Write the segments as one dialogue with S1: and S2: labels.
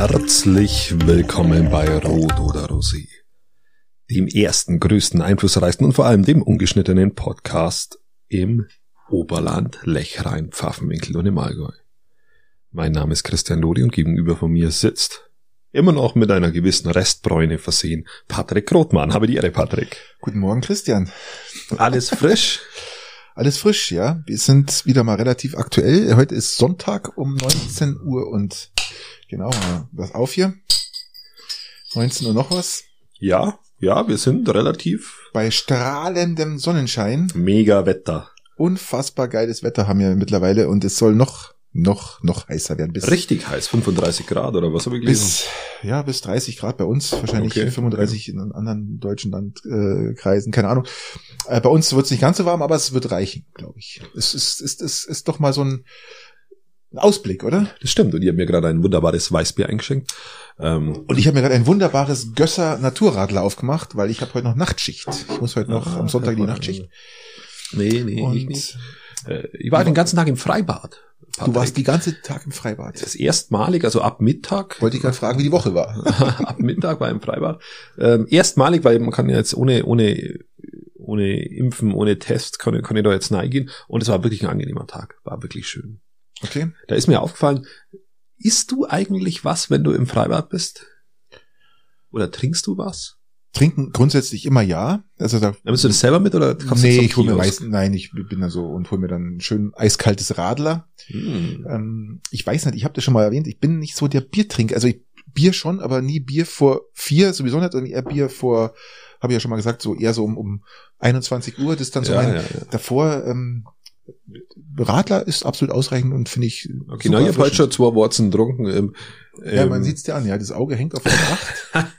S1: Herzlich willkommen bei Rot oder Rosé, dem ersten, größten, einflussreichsten und vor allem dem ungeschnittenen Podcast im Oberland, Lechrein, Pfaffenwinkel und im Allgäu. Mein Name ist Christian Lodi und gegenüber von mir sitzt, immer noch mit einer gewissen Restbräune versehen, Patrick Rothmann. Habe die Ehre, Patrick.
S2: Guten Morgen, Christian.
S1: Alles frisch?
S2: Alles frisch, ja. Wir sind wieder mal relativ aktuell. Heute ist Sonntag um 19 Uhr und genau, was auf hier. 19 Uhr noch was.
S1: Ja, ja, wir sind relativ
S2: Bei strahlendem Sonnenschein.
S1: mega Wetter.
S2: Unfassbar geiles Wetter haben wir mittlerweile und es soll noch, noch, noch heißer werden. Bis,
S1: Richtig heiß, 35 Grad oder was habe ich gelesen?
S2: bis, ja, bis 30 Grad bei uns. Wahrscheinlich
S1: Okay.
S2: 35 in anderen deutschen Landkreisen, äh, Kreisen, keine Ahnung. Äh, bei uns wird es nicht ganz so warm, aber es wird reichen, glaube ich. Es ist, ist, ist, ist doch mal so ein Ausblick, oder?
S1: Das stimmt. Und ihr habt mir gerade ein wunderbares Weißbier eingeschenkt. Ähm,
S2: Und ich habe mir gerade ein wunderbares Gösser Naturradler aufgemacht, weil ich habe heute noch Nachtschicht. Ich muss heute noch
S1: Ah,
S2: am Sonntag in die
S1: hervorragend.
S2: Nachtschicht.
S1: nee, nee, ich nicht.
S2: Und
S1: Äh, ich war den ganzen Tag im Freibad.
S2: du warst
S1: die
S2: den ganzen Tag im Freibad.
S1: das erstmalig, also ab Mittag.
S2: Wollte ich gerade fragen, wie die Woche war.
S1: ab Mittag war ich im Freibad. Ähm, erstmalig, weil man kann ja jetzt ohne, ohne, ohne Impfen, ohne Test, kann, ich- kann ich da jetzt reingehen. Und es war wirklich ein angenehmer Tag. War wirklich schön.
S2: Okay.
S1: Da ist mir aufgefallen, isst du eigentlich was, wenn du im Freibad bist? Oder trinkst du was?
S2: Trinken grundsätzlich immer ja. Also da,
S1: Nimmst du das selber mit oder kaufst du das
S2: nee,
S1: am
S2: ich hole mir
S1: Kiosk?
S2: meistens, nein, ich bin da so und hole mir dann ein schön eiskaltes Radler.
S1: Hm.
S2: Ähm, ich weiß nicht, ich habe das schon mal erwähnt, ich bin nicht so der Biertrinker. Also ich, Bier schon, aber nie Bier vor vier, sowieso nicht, sondern eher Bier vor, habe ich ja schon mal gesagt, so eher so um, um 21 Uhr, das ist dann so
S1: Ja,
S2: mein,
S1: ja, ja.
S2: davor ähm, Radler ist absolut ausreichend und finde ich
S1: Okay, ähm, na, ich habe heute schon zwei Wurzeln getrunken. Im,
S2: ja, man
S1: im-
S2: sieht's dir an, ja, das Auge hängt auf der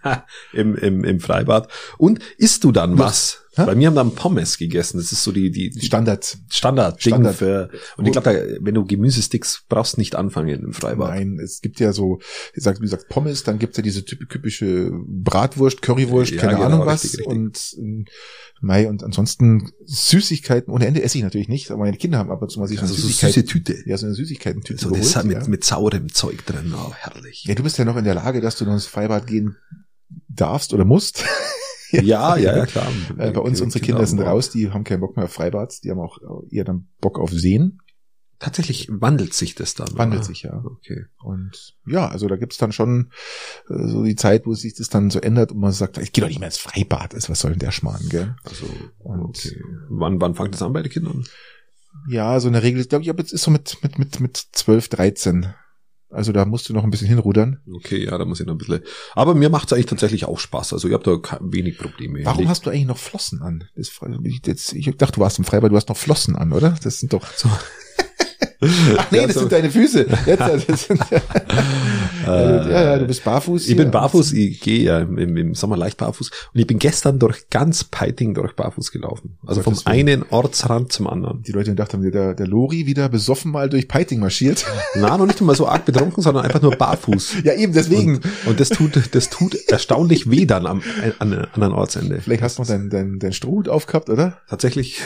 S2: Acht.
S1: im, im, im Freibad. Und isst du dann was?
S2: Hä?
S1: Bei mir haben dann Pommes gegessen. Das ist so die, die die
S2: Standard.
S1: Standard-Ding
S2: Standard.
S1: für. Und ich glaube, wenn du Gemüsesticks brauchst, nicht anfangen im Freibad.
S2: Nein, es gibt ja so, ich sag, wie gesagt, Pommes, dann gibt's ja diese typ- typische Bratwurst, Currywurst,
S1: Ja,
S2: keine
S1: genau,
S2: Ahnung was.
S1: richtig, richtig.
S2: Und ähm, mei, und ansonsten Süßigkeiten ohne Ende esse ich natürlich nicht, aber meine Kinder haben ab und zu mal sich
S1: also so
S2: Süßigkeiten-
S1: süße Tüte.
S2: ja, so eine Süßigkeiten-Tüte
S1: So, das hat mit,
S2: ja.
S1: mit saurem Zeug drin. Oh, herrlich.
S2: ja, du bist ja noch in der Lage, dass du noch ins Freibad gehen darfst oder musst.
S1: Ja, ja, ja, klar.
S2: Äh, bei uns, unsere Kinder sind
S1: haben-
S2: raus, die haben keinen Bock mehr auf Freibad, die haben auch eher dann Bock auf Seen.
S1: Tatsächlich wandelt sich das dann.
S2: Wandelt
S1: oder?
S2: sich ja.
S1: Okay.
S2: Und ja, also da gibt's dann schon äh, so die Zeit, wo sich das dann so ändert und man sagt, ich gehe doch nicht mehr ins Freibad, ist, was soll denn der Schmarrn, gell?
S1: Also,
S2: Und-
S1: okay. Wann, wann fängt das an bei den Kindern?
S2: Ja, so eine Regel, ich glaube ich, aber jetzt ist so mit, mit, mit, mit 12, 13. Also da musst du noch ein bisschen hinrudern.
S1: Okay, ja, da muss ich noch ein bisschen. Aber mir macht's eigentlich tatsächlich auch Spaß. Also ich habe da ke- wenig Probleme.
S2: Warum
S1: Leg-
S2: hast du eigentlich noch Flossen an? Das, fra- ich- jetzt, ich dachte, du warst im Freibad, du hast noch Flossen an, oder? Das sind doch so. Ach nee,
S1: Ja,
S2: das
S1: so.
S2: sind deine Füße. Jetzt, also das sind,
S1: Äh,
S2: ja, ja, du bist barfuß.
S1: Ich bin
S2: hier.
S1: barfuß, ich gehe ja im, im- im Sommer leicht barfuß und ich bin gestern durch ganz Peiting durch barfuß gelaufen. Also vom
S2: Gottes Willen.
S1: einen Ortsrand zum anderen.
S2: Die Leute gedacht haben, der, der Lori wieder besoffen mal durch Peiting marschiert.
S1: Na, noch nicht mal so arg betrunken, sondern einfach nur barfuß.
S2: ja, eben, deswegen.
S1: Und das tut, das tut erstaunlich weh dann am an, an anderen Ortsende.
S2: Vielleicht hast du noch deinen dein, dein Strohhut aufgehabt, oder?
S1: Tatsächlich.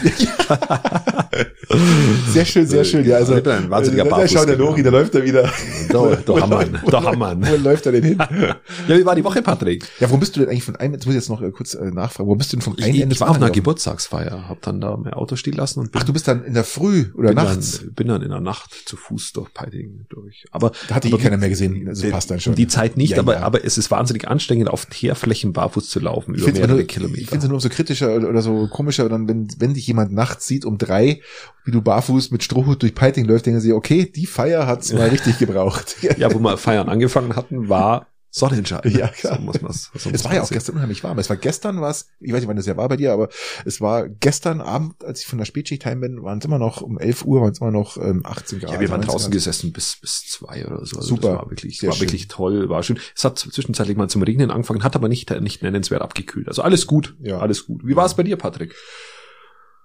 S2: Sehr schön, sehr schön. Ja, also,
S1: Ich bin ein wahnsinniger
S2: äh, da- da
S1: Barfußgänger.
S2: schaut der Lori, da läuft er wieder. Oh,
S1: Da, da haben wir, ihn, da haben wir. ihn.
S2: Wo läuft er denn hin? Ja,
S1: Ja, wie war die Woche, Patrick?
S2: warum bist du denn eigentlich von einem, jetzt muss ich jetzt noch äh, kurz äh, nachfragen, wo bist du denn vom
S1: Ich,
S2: einen
S1: ich,
S2: Ende
S1: war auf einer
S2: gelaufen?
S1: Geburtstagsfeier, hab dann da mein Auto stehen lassen und bin,
S2: Ach, du bist dann in der Früh oder
S1: bin,
S2: nachts?
S1: dann, bin dann in der Nacht zu Fuß durch Peiting durch. Aber
S2: Da hatte ich eh
S1: aber
S2: keiner mehr gesehen, also
S1: die-
S2: passt dann schon.
S1: Die Zeit nicht,
S2: Ja,
S1: aber,
S2: ja.
S1: aber es ist wahnsinnig anstrengend, auf Teerflächen barfuß zu laufen,
S2: ich
S1: über
S2: finde es nur,
S1: mehrere
S2: ich find's
S1: Kilometer.
S2: nur umso kritischer oder oder so komischer, dann, wenn, wenn dich jemand nachts sieht um drei, wie du barfuß mit Strohhut durch Peiting läufst, denken sie, okay, die Feier hat's mal richtig gebraucht.
S1: Ja, wo wir Feiern angefangen hatten, war Sonnenschein. ne?
S2: Ja, klar.
S1: So muss man's, so muss
S2: Es war ja auch
S1: man's sehen.
S2: gestern unheimlich warm. Es war gestern was, ich weiß nicht, wann das ja war bei dir, aber es war gestern Abend, als ich von der Spätschicht heim bin, waren es immer noch um 11 Uhr, waren es immer noch ähm, 18 Grad.
S1: Ja, wir waren
S2: 19
S1: draußen
S2: Grad.
S1: gesessen bis, bis zwei oder so. Also
S2: Super.
S1: Das war wirklich,
S2: Sehr
S1: war
S2: schön.
S1: wirklich toll, war schön. Es hat zwischenzeitlich mal zum Regnen angefangen, hat aber nicht, nicht nennenswert abgekühlt. Also alles gut.
S2: Ja.
S1: Alles gut. Wie war es bei dir, Patrick?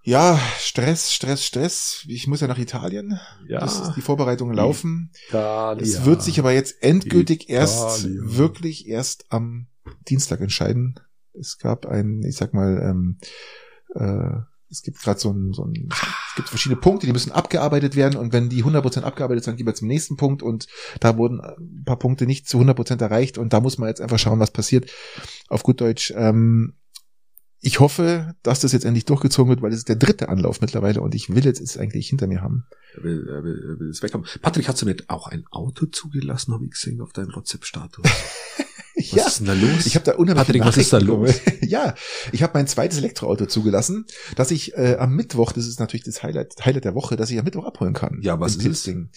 S2: Ja, Stress, Stress, Stress. Ich muss ja nach Italien.
S1: Ja.
S2: Das ist die Vorbereitungen laufen.
S1: Italien.
S2: Es wird sich aber jetzt endgültig erst,
S1: Italien.
S2: wirklich erst am Dienstag entscheiden. Es gab ein, ich sag mal, ähm, äh, es gibt gerade so ein, so ein es gibt verschiedene Punkte, die müssen abgearbeitet werden und wenn die 100% abgearbeitet sind, gehen wir zum nächsten Punkt und da wurden ein paar Punkte nicht zu 100% erreicht und da muss man jetzt einfach schauen, was passiert. Auf gut Deutsch, ähm, ich hoffe, dass das jetzt endlich durchgezogen wird, weil es ist der dritte Anlauf mittlerweile und ich will jetzt es eigentlich hinter mir haben.
S1: Er will, er will, er will es weghaben. Patrick, hast du mir auch ein Auto zugelassen, habe ich gesehen, auf deinem WhatsApp-Status? Was
S2: Ja.
S1: ist denn da los?
S2: Ich habe da unheimlich
S1: Patrick, was ist da los?
S2: ja, ich habe mein zweites Elektroauto zugelassen, dass ich äh, am Mittwoch, das ist natürlich das Highlight, Highlight der Woche, dass ich am Mittwoch abholen kann.
S1: Ja, was
S2: In
S1: ist
S2: Pilsding.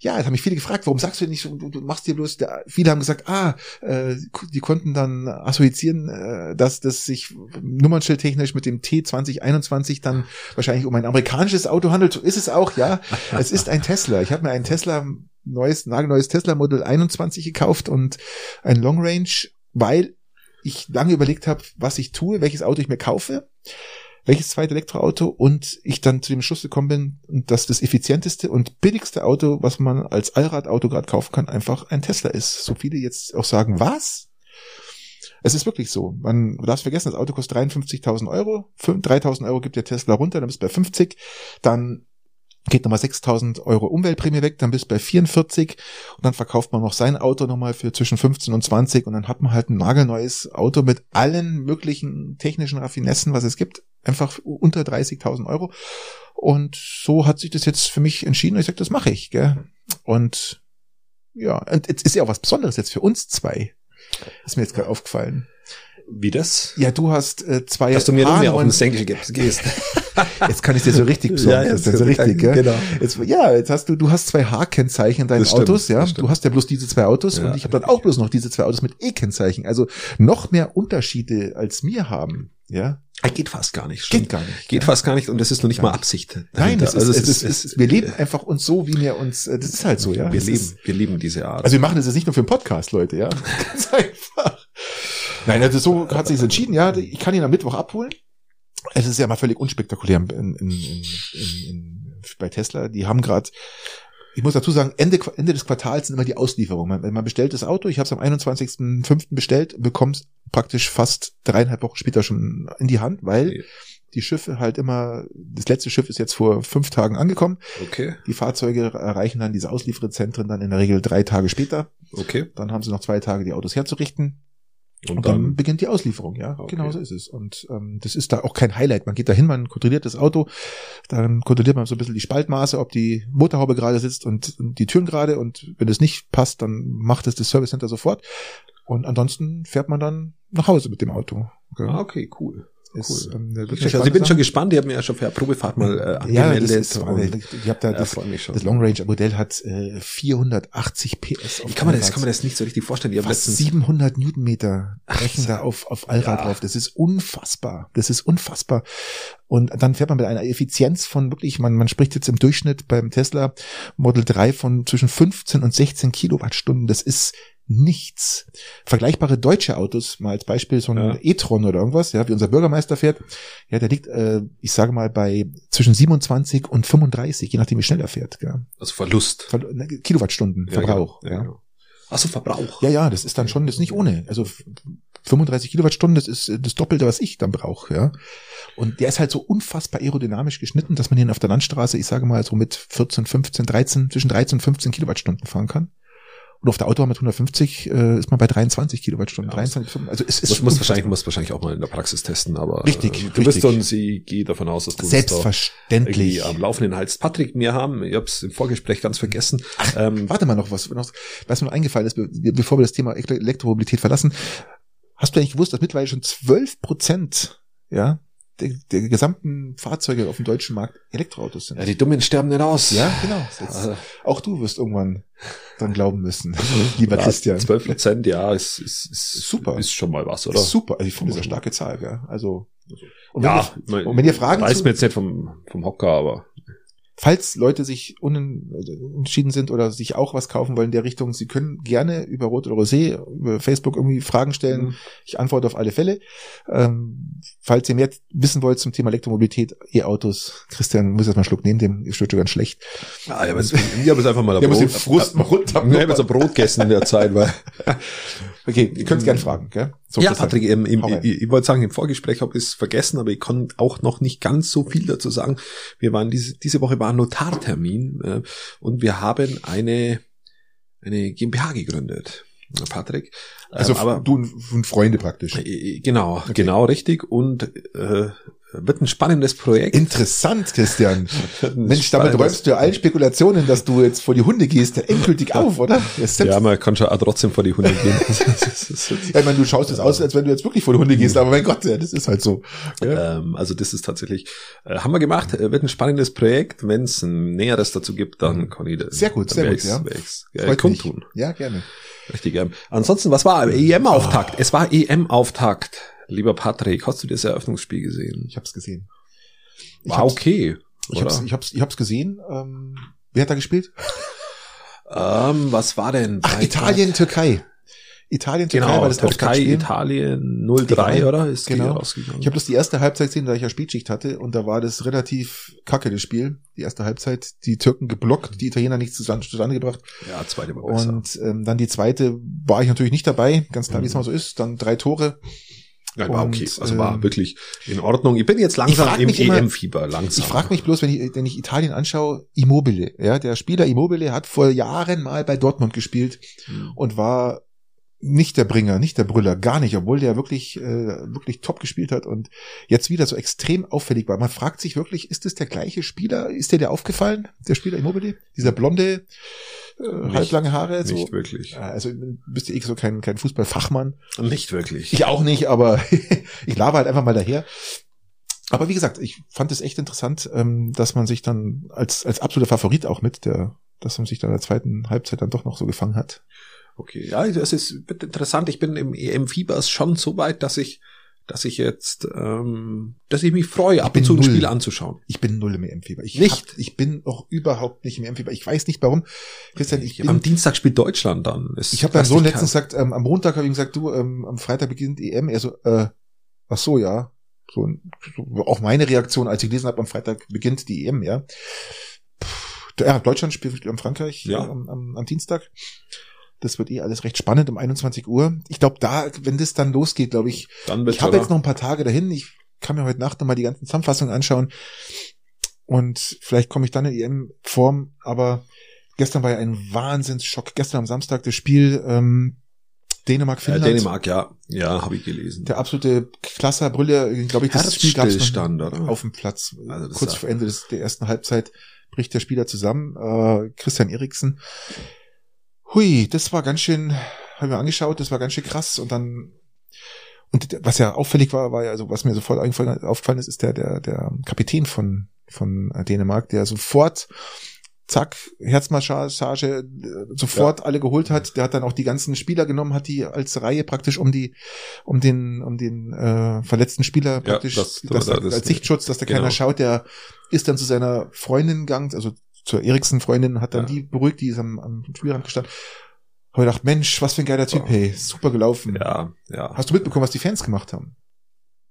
S2: Ja, es haben mich viele gefragt, warum sagst du denn nicht, so, du, du machst dir bloß, da, viele haben gesagt, ah, äh, die konnten dann assoziieren, äh, dass das sich nummernschildtechnisch mit dem T2021 dann wahrscheinlich um ein amerikanisches Auto handelt. So ist es auch, ja.
S1: Ah,
S2: Es ist ein Tesla. Ich habe mir einen Tesla, neues, nagelneues Tesla Model 21 gekauft und ein Long Range, weil ich lange überlegt habe, was ich tue, welches Auto ich mir kaufe, welches zweite Elektroauto und ich dann zu dem Schluss gekommen bin, und dass das effizienteste und billigste Auto, was man als Allradauto gerade kaufen kann, einfach ein Tesla ist. So viele jetzt auch sagen, was? Es ist wirklich so. Man darf vergessen, das Auto kostet 53.000 Euro. Fün- 3.000 Euro gibt der Tesla runter, dann bist du bei 50. Dann geht nochmal 6.000 Euro Umweltprämie weg, dann bist du bei 44. Und dann verkauft man noch sein Auto nochmal für zwischen 15 und 20 und dann hat man halt ein nagelneues Auto mit allen möglichen technischen Raffinessen, was es gibt. Einfach unter 30.000 Euro. Und so hat sich das jetzt für mich entschieden. Ich sag, das mache ich, gell? Und ja, und jetzt ist ja auch was Besonderes jetzt für uns zwei. Ist mir jetzt gerade aufgefallen.
S1: Wie das?
S2: Ja, du hast äh, zwei
S1: Dass du mir nicht mehr auf
S2: Harnröhren-
S1: den Senkel gibst- gehst.
S2: Jetzt kann ich dir so richtig besorgen. das ist ja so richtig, gell?
S1: Genau.
S2: Jetzt, ja, jetzt hast du, du hast zwei H-Kennzeichen in deinen
S1: Das stimmt,
S2: Autos, ja.
S1: das stimmt.
S2: Du hast ja bloß diese zwei Autos
S1: Ja.
S2: und ich habe dann auch bloß noch diese zwei Autos mit E-Kennzeichen. Also noch mehr Unterschiede als wir haben, ja.
S1: Ah, Geht fast gar nicht.
S2: Geht
S1: stimmt.
S2: gar nicht.
S1: Geht
S2: ja.
S1: fast gar nicht und das ist noch nicht
S2: Gar
S1: mal
S2: nicht.
S1: Absicht.
S2: Nein,
S1: dahinter.
S2: das ist,
S1: Also
S2: es ist, es ist, wir leben einfach uns so, wie wir uns, äh, das ist halt so, ja.
S1: äh, Wir
S2: Es Ist,
S1: leben, wir leben diese Art.
S2: also wir machen das jetzt nicht nur für den Podcast, Leute, ja. Ganz einfach. Nein, also so hat sich entschieden, ja, ich kann ihn am Mittwoch abholen. Es ist ja mal völlig unspektakulär in, in, in, in, in, bei Tesla. Die haben gerade, ich muss dazu sagen, Ende, Qu- Ende des Quartals sind immer die Auslieferungen. Man, man bestellt das Auto, ich habe es am 21.05. bestellt, bekommst praktisch fast dreieinhalb Wochen später schon in die Hand, weil die Schiffe halt immer, das letzte Schiff ist jetzt vor fünf Tagen angekommen.
S1: okay,
S2: Die Fahrzeuge erreichen dann diese Auslieferzentren dann in der Regel drei Tage später.
S1: okay.
S2: Dann haben sie noch zwei Tage, die Autos herzurichten.
S1: Und,
S2: Und, dann,
S1: dann,
S2: beginnt die Auslieferung, ja.
S1: Okay.
S2: Genau so ist es. Und ähm, das ist da auch kein Highlight. Man geht da hin, man kontrolliert das Auto, dann kontrolliert man so ein bisschen die Spaltmaße, ob die Motorhaube gerade sitzt und die Türen gerade. Und wenn es nicht passt, dann macht es das Service Center sofort. Und ansonsten fährt man dann nach Hause mit dem Auto. gell.
S1: ah, okay, cool.
S2: Ist,
S1: cool.
S2: ähm, eine wirklich
S1: Also ich bin
S2: spannende
S1: schon gespannt, die haben mir ja schon für eine Probefahrt mal äh,
S2: Sache. ja, das
S1: angemeldet.
S2: ist,
S1: und, äh,
S2: ich habe da
S1: ja,
S2: das,
S1: freue mich schon.
S2: das Long Range Modell hat äh, 480 PS. auf
S1: Wie kann man das,
S2: Allrad.
S1: kann man das nicht so richtig vorstellen? Die haben
S2: Fast
S1: letztens,
S2: 700 Newtonmeter brechen
S1: so.
S2: da auf, auf Allrad
S1: Ja.
S2: drauf. Das ist unfassbar. Das ist unfassbar. Und dann fährt man mit einer Effizienz von wirklich, man, man spricht jetzt im Durchschnitt beim Tesla Model 3 von zwischen 15 und 16 Kilowattstunden. Das ist nichts. Vergleichbare deutsche Autos, mal als Beispiel so ein
S1: Ja.
S2: e-tron oder irgendwas, ja, wie unser Bürgermeister fährt, ja, der liegt, äh, ich sage mal, bei zwischen 27 und 35, je nachdem, wie schnell er fährt. Ja.
S1: also Verlust.
S2: Ver ne, Kilowattstunden Verbrauch.
S1: Ja, genau. ja. genau. Ach so, Verbrauch.
S2: Ja, ja, das ist dann schon, das ist nicht ohne. Also f- 35 Kilowattstunden, das ist äh, das Doppelte, was ich dann brauche, ja. Und der ist halt so unfassbar aerodynamisch geschnitten, dass man ihn auf der Landstraße, ich sage mal, so mit 14, 15, 13, zwischen 13 und 15 Kilowattstunden fahren kann. Und auf der Autobahn mit 150 äh, ist man bei 23 Kilowattstunden.
S1: Ja,
S2: 23, 25, also es ist
S1: Das muss
S2: unfassbar.
S1: wahrscheinlich, muss wahrscheinlich auch mal in der Praxis testen, aber
S2: Richtig,
S1: äh, du
S2: richtig.
S1: bist uns, ich gehe davon aus, dass du uns da irgendwie
S2: selbstverständlich.
S1: am laufenden Hals. Patrick, wir haben, ich hab's im Vorgespräch ganz vergessen, ähm,
S2: Warte mal noch was, noch, was mir noch eingefallen ist, be- bevor wir das Thema Ele- Elektromobilität verlassen. Hast du eigentlich gewusst, dass mittlerweile schon 12 Prozent, ja, der, der gesamten Fahrzeuge auf dem deutschen Markt Elektroautos sind?
S1: ja, die Dummen sterben nicht aus. äh,
S2: Ja, genau. Jetzt, auch du wirst irgendwann dran glauben müssen, lieber Christian.
S1: 12 Prozent, ja, ist, ist, ist,
S2: Super.
S1: ist schon mal was, oder?
S2: Super, also ich finde das eine starke Zahl, gell? Also, und wenn
S1: ja,
S2: ihr- und wenn ihr Fragen
S1: weiß
S2: zu-
S1: mir jetzt nicht vom, vom Hocker, aber
S2: Falls Leute sich unentschieden sind oder sich auch was kaufen wollen in der Richtung, sie können gerne über Rot oder Rosé, über Facebook irgendwie Fragen stellen.
S1: Mhm.
S2: Ich antworte auf alle Fälle. Ähm, falls ihr mehr wissen wollt zum Thema Elektromobilität, E-Autos, Christian muss erst mal einen Schluck nehmen, dem ist schon ganz schlecht.
S1: Ah, ich habe jetzt, ich hab jetzt einfach mal ein
S2: Wir haben
S1: Brot,
S2: uns den Frust mal runter-
S1: Nee, ich hab jetzt ein Brot gegessen in der Zeit, weil
S2: Okay, ihr könnt es gerne fragen, gell? So,
S1: ja,
S2: Christian.
S1: Patrick, ähm, im,
S2: Hau rein.
S1: ich, ich wollte sagen, im Vorgespräch habe ich es vergessen, aber ich kann auch noch nicht ganz so viel dazu sagen. Wir waren diese, diese Woche war ein Notartermin äh, und wir haben eine, eine GmbH gegründet, äh, Patrick. Ähm,
S2: Also du und, und Freunde praktisch.
S1: äh, genau, genau richtig und äh, wird ein spannendes Projekt.
S2: Interessant, Christian.
S1: Wird ein
S2: Mensch, damit
S1: spannendes-
S2: räumst du ja allen Spekulationen, dass du jetzt vor die Hunde gehst, endgültig auf, oder? Ja, selbst-
S1: Ja, man kann schon auch trotzdem vor die Hunde gehen. Das ist-
S2: Ja, ich meine, du schaust jetzt aus, als wenn du jetzt wirklich vor die Hunde
S1: Mhm.
S2: gehst, aber mein Gott, ja, das ist halt so. Ja.
S1: Ähm, also das ist tatsächlich, äh, haben wir gemacht, äh, wird ein spannendes Projekt. Wenn es ein Näheres dazu gibt, dann kann ich das.
S2: Mhm. Sehr gut, sehr gut, ja.
S1: ja.
S2: Freut mich.
S1: Kundtun.
S2: Ja, gerne.
S1: Richtig. Ähm. Ansonsten, was war EM-Auftakt?
S2: Ah.
S1: Es war EM-Auftakt. Lieber Patrick, hast du das Eröffnungsspiel gesehen?
S2: Ich hab's gesehen. Ich
S1: War
S2: hab's-
S1: okay.
S2: Ich hab's,
S1: oder?
S2: ich hab's, ich hab's gesehen. Ähm, wer hat da gespielt?
S1: Ähm, was war denn?
S2: Ach,
S1: bei-
S2: Italien, Türkei. Italien, Türkei
S1: Genau,
S2: war das
S1: Türkei,
S2: Auftaktspiel.
S1: Italien 03,
S2: Italien,
S1: oder? Ist die
S2: genau.
S1: rausgegangen.
S2: Ich habe bloß die erste Halbzeit gesehen, da ich ja Spätschicht hatte und da war das relativ kacke, das Spiel. Die erste Halbzeit, die Türken geblockt, die Italiener nichts zusammen- zustande gebracht.
S1: ja, zweite Mal besser. Mhm.
S2: Und ähm, dann die zweite war ich natürlich nicht dabei, ganz klar, wie es mal so ist. Dann drei Tore.
S1: Nein, war
S2: und,
S1: okay. Also war
S2: ähm,
S1: wirklich in Ordnung. Ich bin jetzt
S2: frag
S1: langsam im
S2: mich immer-
S1: EM-Fieber, langsam.
S2: Ich frage mich bloß, wenn ich, wenn ich Italien anschaue, Immobile, ja, der Spieler Immobile hat vor Jahren mal bei Dortmund gespielt und war nicht der Bringer, nicht der Brüller, gar nicht, obwohl der wirklich, äh, wirklich top gespielt hat und jetzt wieder so extrem auffällig war. Man fragt sich wirklich, ist es der gleiche Spieler? Ist dir der aufgefallen, der Spieler Immobile? Dieser blonde, äh, halblange Haare? So.
S1: Nicht wirklich.
S2: Ja, Also bist ja eh so kein, kein Fußballfachmann.
S1: Nicht wirklich.
S2: Ich auch nicht, aber ich laber halt einfach mal daher. Aber wie gesagt, ich fand es echt interessant, ähm, dass man sich dann als, als absoluter Favorit auch mit der, dass man sich dann in der zweiten Halbzeit dann doch noch so gefangen hat.
S1: Okay, ja, das ist wird interessant. Ich bin im EM-Fieber schon so weit, dass ich, dass ich jetzt, ähm, dass ich mich freue, ab
S2: bin
S1: und zu ein
S2: null.
S1: Spiel anzuschauen.
S2: Ich bin null im EM-Fieber. Ich
S1: Nicht?
S2: Hab, ich bin auch überhaupt nicht im EM-Fieber. Ich weiß nicht warum. Christian, ich
S1: Ja, am
S2: bin,
S1: Dienstag spielt Deutschland dann. Es
S2: ich habe meinem
S1: weiß
S2: Sohn
S1: nicht,
S2: letztens gesagt, ähm, am Montag habe ich ihm gesagt, du, ähm, am Freitag beginnt EM. Er so, äh, ach so, ja. So, so auch meine Reaktion, als ich gelesen habe, am Freitag beginnt die EM, ja. Puh, ja, Deutschland spielt am Frankreich
S1: Ja.
S2: äh, am, am, am Dienstag. Das wird eh alles recht spannend um 21 Uhr. Ich glaube, da, wenn das dann losgeht, glaube ich,
S1: Dann wird's
S2: ich habe
S1: oder?
S2: jetzt noch ein paar Tage dahin. Ich kann mir heute Nacht nochmal die ganzen Zusammenfassungen anschauen. Und vielleicht komme ich dann in EM-Form. Aber gestern war ja ein Wahnsinnsschock. Gestern am Samstag das Spiel ähm,
S1: äh,
S2: Dänemark-Finnland.
S1: Dänemark, ja, ja, habe ich gelesen.
S2: Der absolute Klasser Brille, glaube ich, das Spiel gab es
S1: Herzstillstand, oder?
S2: auf dem Platz.
S1: Also das
S2: Kurz
S1: war-
S2: vor Ende des, der ersten Halbzeit bricht der Spieler zusammen. Äh, Christian Eriksen. Hui, das war ganz schön, haben wir angeschaut, das war ganz schön krass. Und dann, und d- was ja auffällig war, war ja, also was mir sofort eingefallen, aufgefallen ist, ist der, der, der Kapitän von, von äh, Dänemark, der sofort Zack, Herzmassage, äh, sofort alle geholt hat. Der hat dann auch die ganzen Spieler genommen, hat die als Reihe praktisch um die, um den, um den äh, verletzten Spieler praktisch,
S1: das-
S2: dass,
S1: das-
S2: als Sichtschutz, dass da
S1: genau.
S2: keiner schaut. Der ist dann zu seiner Freundin gegangen, also zur Eriksen-Freundin, hat dann
S1: Ja.
S2: die beruhigt, die ist am, am Spielrand gestanden. Habe gedacht, Mensch, was für ein geiler Typ,
S1: Ja.
S2: hey, super gelaufen.
S1: ja, ja.
S2: Hast du mitbekommen, was die Fans gemacht haben?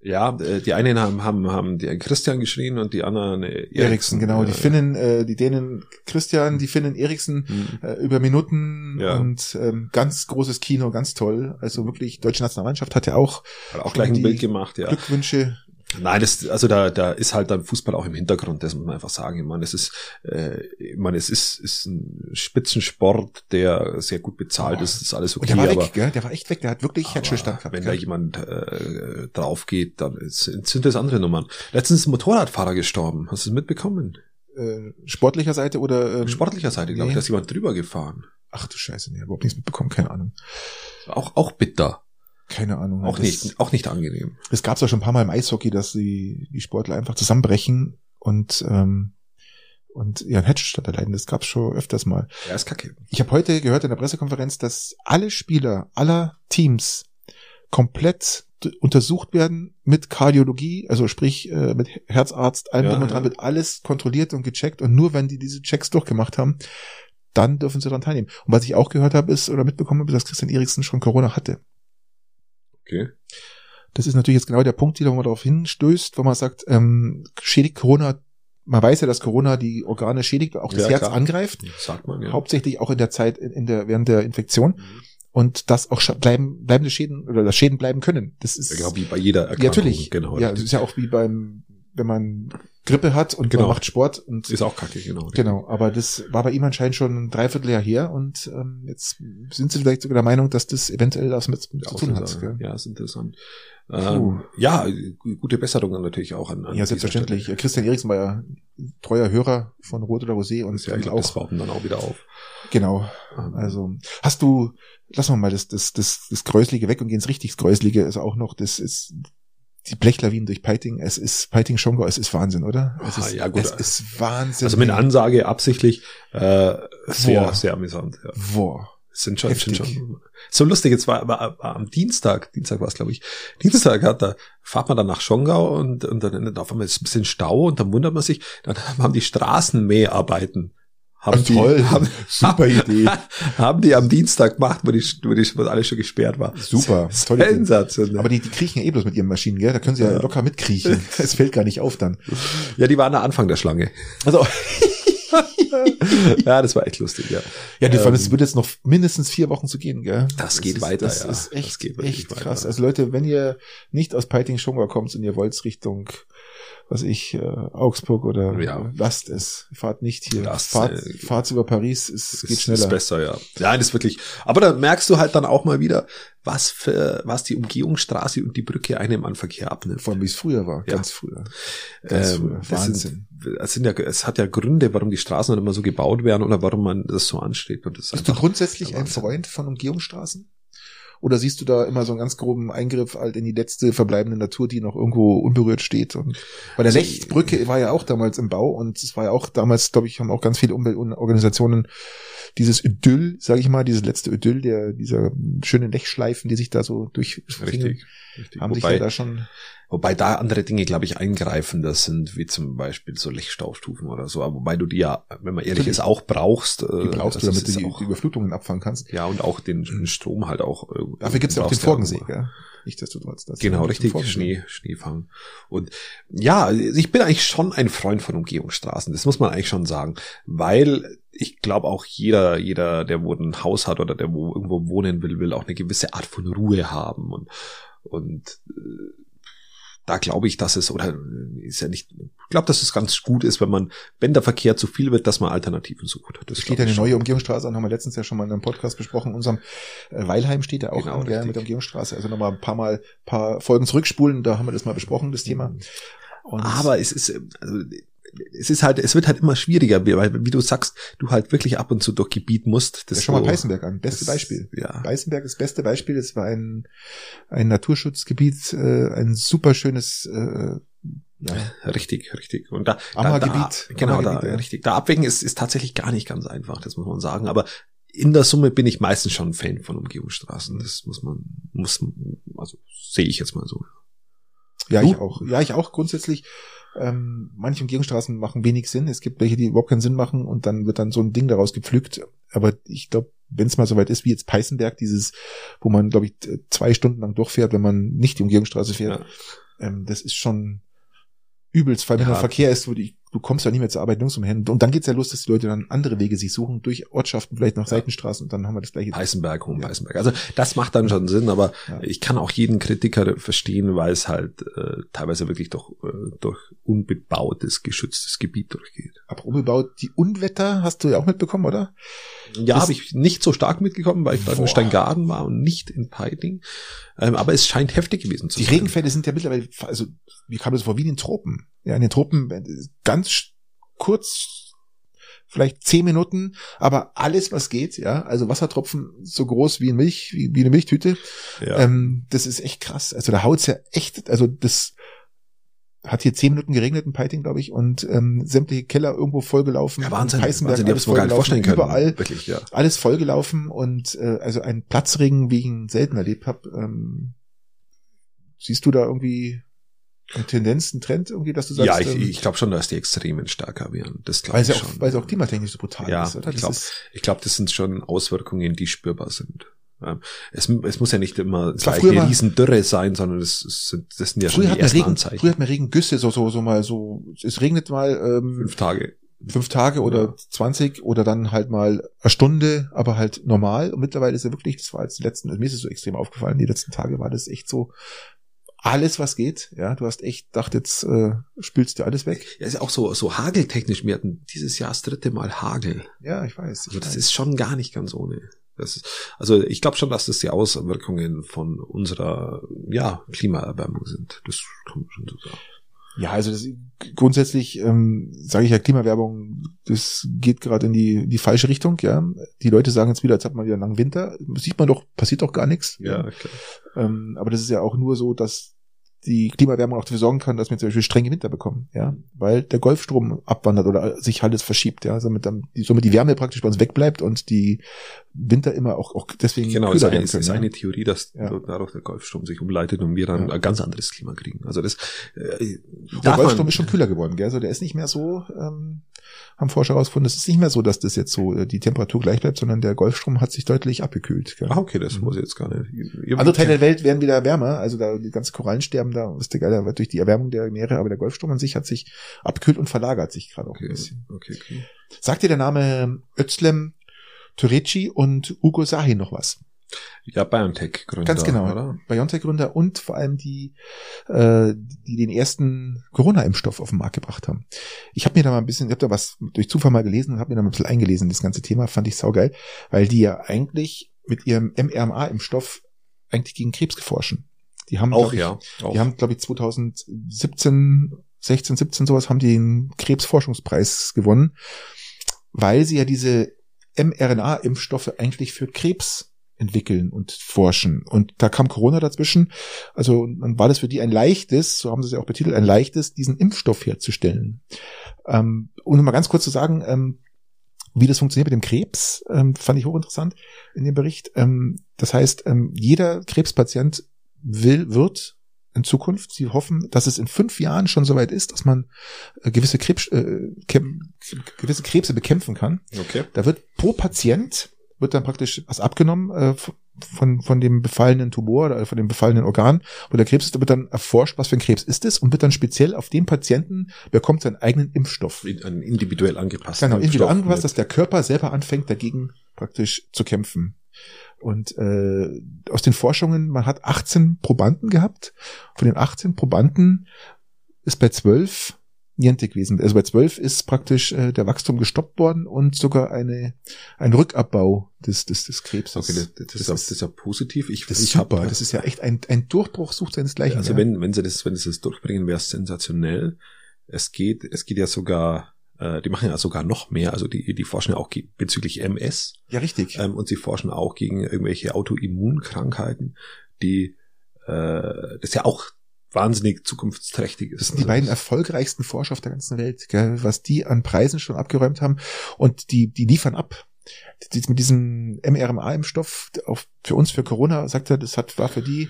S1: Ja, äh, die einen haben, haben, haben die Christian geschrien und die anderen äh,
S2: Eriksen, genau.
S1: Ja,
S2: die Finnen, äh, die Dänen Christian, die Finnen Eriksen,
S1: Mhm.
S2: äh, über Minuten
S1: Ja.
S2: und ähm, ganz großes Kino, ganz toll. Also wirklich, deutsche Nationalmannschaft hat ja auch
S1: Hat auch gleich ein
S2: Die-
S1: Bild gemacht, ja.
S2: Glückwünsche.
S1: Nein, das, also da, da ist halt dann Fußball auch im Hintergrund, das muss man einfach sagen. Ich meine, es ist, äh, ich meine, es ist, ist ein Spitzensport, der sehr gut bezahlt ist, ist alles
S2: Und
S1: okay,
S2: der war
S1: aber,
S2: weg, gell? Der war echt weg, der hat wirklich Herzstillstand
S1: aber
S2: gehabt.
S1: wenn da
S2: gell?
S1: jemand äh, drauf geht, dann ist- sind das andere Nummern. Letztens ist ein Motorradfahrer gestorben, hast du es mitbekommen?
S2: äh, sportlicher Seite oder ähm,
S1: Von sportlicher Seite, glaube ich, da
S2: nee.
S1: ist jemand drüber gefahren.
S2: Ach du Scheiße, nee, überhaupt nichts mitbekommen, keine Ahnung.
S1: Auch, auch bitter,
S2: Keine Ahnung.
S1: auch
S2: das,
S1: nicht, auch nicht angenehm.
S2: Es gab es ja schon ein paar Mal im Eishockey, dass die, die Sportler einfach zusammenbrechen und ähm, und ihren Herzstillstand erleiden. Das gab es schon öfters mal.
S1: Ja, ist kacke.
S2: Ich habe heute gehört in der Pressekonferenz, dass alle Spieler aller Teams komplett untersucht werden mit Kardiologie, also sprich äh, mit Herzarzt, allem
S1: Ja,
S2: drum und dran,
S1: ja.
S2: wird alles kontrolliert und gecheckt. Und nur wenn die diese Checks durchgemacht haben, dann dürfen sie daran teilnehmen. Und was ich auch gehört habe, ist oder mitbekommen habe, dass Christian Eriksen schon Corona hatte.
S1: Okay.
S2: Das ist natürlich jetzt genau der Punkt, wo man darauf hinstößt, wo man sagt, ähm, schädigt Corona, man weiß ja, dass Corona die Organe schädigt, auch das
S1: Ja,
S2: Herz
S1: klar.
S2: angreift,
S1: Sagt man ja.
S2: hauptsächlich auch in der Zeit, in, in der, während der Infektion
S1: Mhm.
S2: und dass auch scha- bleiben, bleibende Schäden oder dass Schäden bleiben können. Das ist
S1: Ich glaube, genau, wie bei jeder Erkrankung.
S2: ja, natürlich.
S1: Genau.
S2: Ja, das ist ja auch wie beim, wenn man Grippe hat und
S1: Genau.
S2: man macht Sport und
S1: ist auch kacke, genau.
S2: Genau, aber das war bei ihm anscheinend schon ein Dreivierteljahr her und ähm, jetzt sind sie vielleicht sogar der Meinung, dass das eventuell das mit
S1: Ja,
S2: zu tun hat. gell?
S1: Ja, ist interessant.
S2: Puh.
S1: Ähm, ja, gu- gute Besserungen natürlich auch an, an
S2: Ja,
S1: dieser
S2: selbstverständlich.
S1: Stelle.
S2: Christian Eriksen war ja treuer Hörer von Rot oder Rosé und
S1: Ja, ich glaube, das
S2: auch.
S1: bauten dann auch wieder auf.
S2: Genau.
S1: Ähm,
S2: Also, hast du, lassen wir mal das, das, das, das Gräuslige weg und gehen ins richtig Gräuslige. Ist auch noch, das ist die Blechlawinen durch Peiting. Es ist Peiting Schongau. Es ist Wahnsinn, oder? Es
S1: Ah,
S2: ist,
S1: ja, gut.
S2: Es ist Wahnsinn.
S1: also mit Ansage absichtlich äh, sehr,
S2: Boah.
S1: sehr amüsant. Ja.
S2: Boah.
S1: Sind schon, sind
S2: Heftig.
S1: schon so lustig. Jetzt war, war, war am Dienstag, Dienstag war es, glaube ich. Dienstag hat da, fahrt man dann nach Schongau und, und dann auf einmal ist ein bisschen Stau und dann wundert man sich, dann haben die Straßenmäharbeiten. Haben die, Haben,
S2: Super Idee.
S1: haben die am Dienstag gemacht, wo, die, wo, die, wo alles schon gesperrt war.
S2: Super. Tolle Idee.
S1: Sensationell.
S2: Aber die, die kriechen ja eh bloß mit ihren Maschinen, gell? Da können sie ja,
S1: Ja.
S2: locker mitkriechen. Es fällt gar nicht auf dann.
S1: Ja, die waren am Anfang der Schlange.
S2: Also,
S1: Ja, das war echt lustig, ja.
S2: ja, die, vor allem,
S1: Ähm,
S2: es wird jetzt noch mindestens vier Wochen zu gehen, gell?
S1: Das geht
S2: ist,
S1: weiter,
S2: Das
S1: ja.
S2: ist echt,
S1: Das geht wirklich
S2: echt
S1: weiter.
S2: krass. Also Leute, wenn ihr nicht aus Peiting Schongau kommt und ihr wollt Richtung, was ich, äh, Augsburg oder
S1: Ja.
S2: lasst es. Fahrt nicht hier.
S1: Lasst,
S2: fahrt,
S1: äh,
S2: fahrt über Paris, es geht schneller.
S1: Ist besser, ja. Ja, das ist wirklich. Aber da merkst du halt dann auch mal wieder, was für, was die Umgehungsstraße und die Brücke einem an Verkehr abnimmt.
S2: Vor allem, wie es früher war,
S1: Ja.
S2: ganz früher. Ganz früher.
S1: das
S2: Wahnsinn.
S1: Sind, das sind ja, es hat ja Gründe, warum die Straßen dann immer so gebaut werden oder warum man das so ansteht. Und das ist
S2: Bist du
S1: einfach-
S2: grundsätzlich ein
S1: Wahnsinn.
S2: Freund von Umgehungsstraßen? Oder siehst du da immer so einen ganz groben Eingriff halt in die letzte verbleibende Natur, die noch irgendwo unberührt steht? Und bei der
S1: Also-
S2: Lechtbrücke war ja auch damals im Bau und es war ja auch damals, glaube ich, haben auch ganz viele Umweltorganisationen dieses Idyll, sage ich mal, dieses letzte Idyll der dieser schönen Lechschleifen, die sich da so durch
S1: richtig. richtig.
S2: haben sich
S1: Wobei- äh,
S2: ja da schon
S1: Wobei da andere Dinge, glaube ich, eingreifender sind, wie zum Beispiel so Lichtstaustufen oder so. Aber wobei du die ja, wenn man ehrlich
S2: Natürlich.
S1: ist, auch brauchst. äh,
S2: die brauchst du, damit du die,
S1: auch,
S2: die Überflutungen abfangen kannst.
S1: Ja, und auch den, den Strom halt auch. äh,
S2: Dafür gibt's ja auch den
S1: brauchst du
S2: Forgensee,
S1: irgendwo.
S2: gell? Nichtsdestotrotz. das-
S1: Genau,
S2: den
S1: richtig.
S2: Forgensee.
S1: Schnee, Schneefang. Und ja, ich bin eigentlich schon ein Freund von Umgehungsstraßen. Das muss man eigentlich schon sagen. Weil ich glaube auch jeder, jeder, der wo ein Haus hat oder der wo irgendwo wohnen will, will auch eine gewisse Art von Ruhe haben. Und, und äh, da glaube ich, dass es, oder ist ja nicht, ich glaube, dass es ganz gut ist, wenn man, wenn der Verkehr zu viel wird, dass man Alternativen sucht. Das
S2: Es steht
S1: glaub
S2: ja
S1: ich
S2: eine
S1: schon.
S2: neue Umgehungsstraße an, haben wir letztens ja schon mal in einem Podcast besprochen. In unserem äh, Weilheim steht ja auch
S1: Genau,
S2: an, gell,
S1: richtig.
S2: mit der Umgehungsstraße. Also nochmal ein paar Mal, paar Folgen zurückspulen, da haben wir das mal besprochen, das Thema. Und
S1: Aber es ist, äh, also, es ist halt, es wird halt immer schwieriger, wie- weil, wie du sagst, du halt wirklich ab und zu durch Gebiet musst.
S2: das schau mal
S1: wo-
S2: Peißenberg an, beste
S1: das-
S2: Beispiel.
S1: Ja.
S2: Weißenberg ist das beste Beispiel. Es war ein, ein Naturschutzgebiet, äh, ein super schönes äh, ja,
S1: Richtig, richtig. Und da, da, da
S2: Ammergebiet.
S1: genau, da,
S2: Ammergebiet, ja.
S1: richtig. Da abwägen ist, ist tatsächlich gar nicht ganz einfach, das muss man sagen. Aber in der Summe bin ich meistens schon ein Fan von Umgehungsstraßen. Das muss man, muss, also sehe ich jetzt mal so.
S2: Ja,
S1: Du?
S2: ich auch. Ja, ich auch grundsätzlich. Ähm, manche Umgehungsstraßen machen wenig Sinn. Es gibt welche, die überhaupt keinen Sinn machen und dann wird dann so ein Ding daraus gepflückt. Aber ich glaube, wenn es mal soweit ist, wie jetzt Peißenberg, dieses, wo man, glaube ich, t- zwei Stunden lang durchfährt, wenn man nicht die Umgehungsstraße fährt, ähm, das ist schon übelst, vor allem wenn
S1: Ja.
S2: der Verkehr ist, wo die, du kommst ja nicht mehr zur Arbeit nirgends umher. Und dann geht's ja los, dass die Leute dann andere Wege sich suchen, durch Ortschaften, vielleicht nach
S1: Ja.
S2: Seitenstraßen und dann haben wir das gleiche.
S1: Peißenberg, Hohen
S2: Ja.
S1: Peißenberg. Also das macht dann schon Sinn, aber
S2: Ja.
S1: ich kann auch jeden Kritiker verstehen, weil es halt äh, teilweise wirklich durch, äh, durch unbebautes, geschütztes Gebiet durchgeht.
S2: Aber umgebaut, die Unwetter hast du ja auch mitbekommen, oder?
S1: Ja,
S2: Das-
S1: habe ich nicht so stark mitgekommen, weil ich da in
S2: Boah.
S1: Steingaden war und nicht in Peiting. Ähm, aber es scheint heftig gewesen zu
S2: Die
S1: sein.
S2: Regenfälle sind ja mittlerweile, also mir kam das vor wie in den Tropen. Ja, in den Tropen äh, ganz sch- kurz, vielleicht zehn Minuten, aber alles, was geht, ja, also Wassertropfen so groß wie ein Milch, wie, wie eine Milchtüte,
S1: Ja.
S2: ähm, das ist echt krass. Also da haut's ja echt, also das hat hier zehn Minuten geregnet in Peiting, glaube ich, und ähm, sämtliche Keller irgendwo vollgelaufen.
S1: ja, Wahnsinn.
S2: Peißenberg,
S1: Wahnsinn, die habe
S2: alles
S1: ich mir gar nicht
S2: vollgelaufen,
S1: vorstellen können.
S2: Überall
S1: Wirklich, ja.
S2: alles vollgelaufen und äh, also einen Platzregen, wie ich ihn selten erlebt habe, ähm, Siehst du da irgendwie eine Tendenz, einen Trend irgendwie, dass du sagst,
S1: ja, ich,
S2: ähm,
S1: ich glaube schon, dass die Extremen stärker werden. Das glaube
S2: weil
S1: ich
S2: es ja
S1: schon.
S2: auch, weil es auch klimatechnisch so brutal
S1: Ja,
S2: ist, oder?
S1: ich
S2: Das
S1: glaub-
S2: ist-
S1: Ich glaube, das sind schon Auswirkungen, die spürbar sind. Ähm, Es, es muss ja nicht immer
S2: Es war
S1: gleich
S2: früher
S1: eine
S2: mal-
S1: Riesendürre sein, sondern das, sind, das sind ja schon
S2: Früher
S1: die
S2: hat man
S1: ersten
S2: Regen,
S1: Anzeichen.
S2: früher hat man Regengüsse, so, so, so mal so, es regnet mal, ähm,
S1: Fünf Tage.
S2: fünf Tage oder
S1: Ja.
S2: 20 oder dann halt mal eine Stunde, aber halt normal. Und mittlerweile ist ja wirklich, das war jetzt die letzten, mir ist es so extrem aufgefallen, die letzten Tage war das echt so, alles was geht, ja, du hast echt gedacht, jetzt äh, spülst du alles weg.
S1: Ja, ist ja auch so, so hageltechnisch. Wir hatten dieses Jahr das dritte Mal Hagel.
S2: Ja, ich weiß. Ich
S1: Also das
S2: weiß.
S1: ist schon gar nicht ganz ohne. Das ist, also ich glaube schon, dass das die Auswirkungen von unserer ja, Klimaerwärmung sind. Das kann man schon so sagen.
S2: ja, also das, grundsätzlich ähm, sage ich ja Klimawerbung, das geht gerade in die, die falsche Richtung, ja. Die Leute sagen jetzt wieder, jetzt hat man wieder einen langen Winter, sieht man doch, passiert doch gar nichts.
S1: klar.
S2: Ähm, aber das ist ja auch nur so, dass die Klimaerwärmung auch dafür sorgen kann, dass wir zum Beispiel strenge Winter bekommen, ja, weil der Golfstrom abwandert oder sich alles verschiebt, ja, somit dann die, somit die Wärme praktisch bei uns wegbleibt und die Winter immer auch, auch deswegen
S1: Genau, ist eine,
S2: werden
S1: ist, ist
S2: ja.
S1: eine Theorie, dass
S2: ne? Ja.
S1: dort dadurch der Golfstrom sich umleitet und wir dann
S2: Ja.
S1: ein ganz anderes Klima kriegen. Also das äh,
S2: Der
S1: darf
S2: Golfstrom
S1: man,
S2: ist schon kühler geworden, gell? Also der ist nicht mehr so, ähm, haben Forscher herausgefunden, es ist nicht mehr so, dass das jetzt so äh, die Temperatur gleich bleibt, sondern der Golfstrom hat sich deutlich abgekühlt. Gell? Mhm.
S1: Ah, okay, das muss ich jetzt gar nicht. Ihr-
S2: Andere Teile Also der Welt werden wieder wärmer, also da die ganzen Korallen sterben da, ist der geil, durch die Erwärmung der Meere, aber der Golfstrom an sich hat sich abkühlt und verlagert sich gerade auch
S1: Okay,
S2: ein bisschen.
S1: okay, okay.
S2: Sagt dir der Name Özlem Türeci und Ugo Sahin noch was?
S1: Ja, BioNTech-Gründer.
S2: Ganz genau.
S1: Oder?
S2: BioNTech-Gründer und vor allem die, äh, die den ersten Corona-Impfstoff auf den Markt gebracht haben. Ich habe mir da mal ein bisschen, ich habe da was durch Zufall mal gelesen und habe mir da mal ein bisschen eingelesen, das ganze Thema fand ich saugeil, weil die ja eigentlich mit ihrem mRNA-Impfstoff eigentlich gegen Krebs geforschen. Die haben glaub
S1: Auch
S2: ich,
S1: ja. Auch.
S2: die haben, glaube ich, 2017, 16, 17 sowas, haben die den Krebsforschungspreis gewonnen, weil sie ja diese mRNA-Impfstoffe eigentlich für Krebs entwickeln und forschen. Und da kam Corona dazwischen. Also dann war das für die ein leichtes, so haben sie es ja auch betitelt, ein leichtes, diesen Impfstoff herzustellen. Ähm, um mal ganz kurz zu sagen, ähm, wie das funktioniert mit dem Krebs, ähm, fand ich hochinteressant in dem Bericht. Ähm, das heißt, ähm, jeder Krebspatient will, wird in Zukunft, sie hoffen, dass es in fünf Jahren schon soweit ist, dass man äh, gewisse, Krebs, äh, kämp- gewisse Krebse bekämpfen kann.
S1: Okay.
S2: Da wird pro Patient wird dann praktisch was abgenommen äh, f- von, von dem befallenen Tumor oder von dem befallenen Organ, wo der Krebs ist, da wird dann erforscht, was für ein Krebs ist es und wird dann speziell auf den Patienten bekommt seinen eigenen Impfstoff.
S1: In- Ein individuell angepassten
S2: Genau, individuell
S1: Impfstoff
S2: angepasst,
S1: mit-
S2: dass der Körper selber anfängt, dagegen praktisch zu kämpfen. Und äh, aus den Forschungen, man hat 18 Probanden gehabt. Von den 18 Probanden ist bei 12 Niente gewesen. Also bei 12 ist praktisch äh, der Wachstum gestoppt worden und sogar eine, ein Rückabbau des, des, des Krebses.
S1: Okay, das, das, ist, ja- das ist ja positiv. Ich,
S2: das ist
S1: ich
S2: super.
S1: Hab,
S2: das ist ne? ja echt ein, ein Durchbruch sucht seinesgleichen.
S1: also
S2: ja.
S1: wenn, wenn sie das, wenn sie das durchbringen, wäre es sensationell. Es geht, es geht ja sogar, äh, die machen ja sogar noch mehr. Also die, die forschen ja auch ge- bezüglich MS
S2: ja, richtig.
S1: ähm, und sie forschen auch gegen irgendwelche Autoimmunkrankheiten, die äh, das ja auch wahnsinnig zukunftsträchtig ist.
S2: Das sind die beiden erfolgreichsten Forscher auf der ganzen Welt, gell, was die an Preisen schon abgeräumt haben. Und die, die liefern ab. Die, die mit diesem mRNA-Impfstoff auch für uns, für Corona, sagt er, das hat, war für die,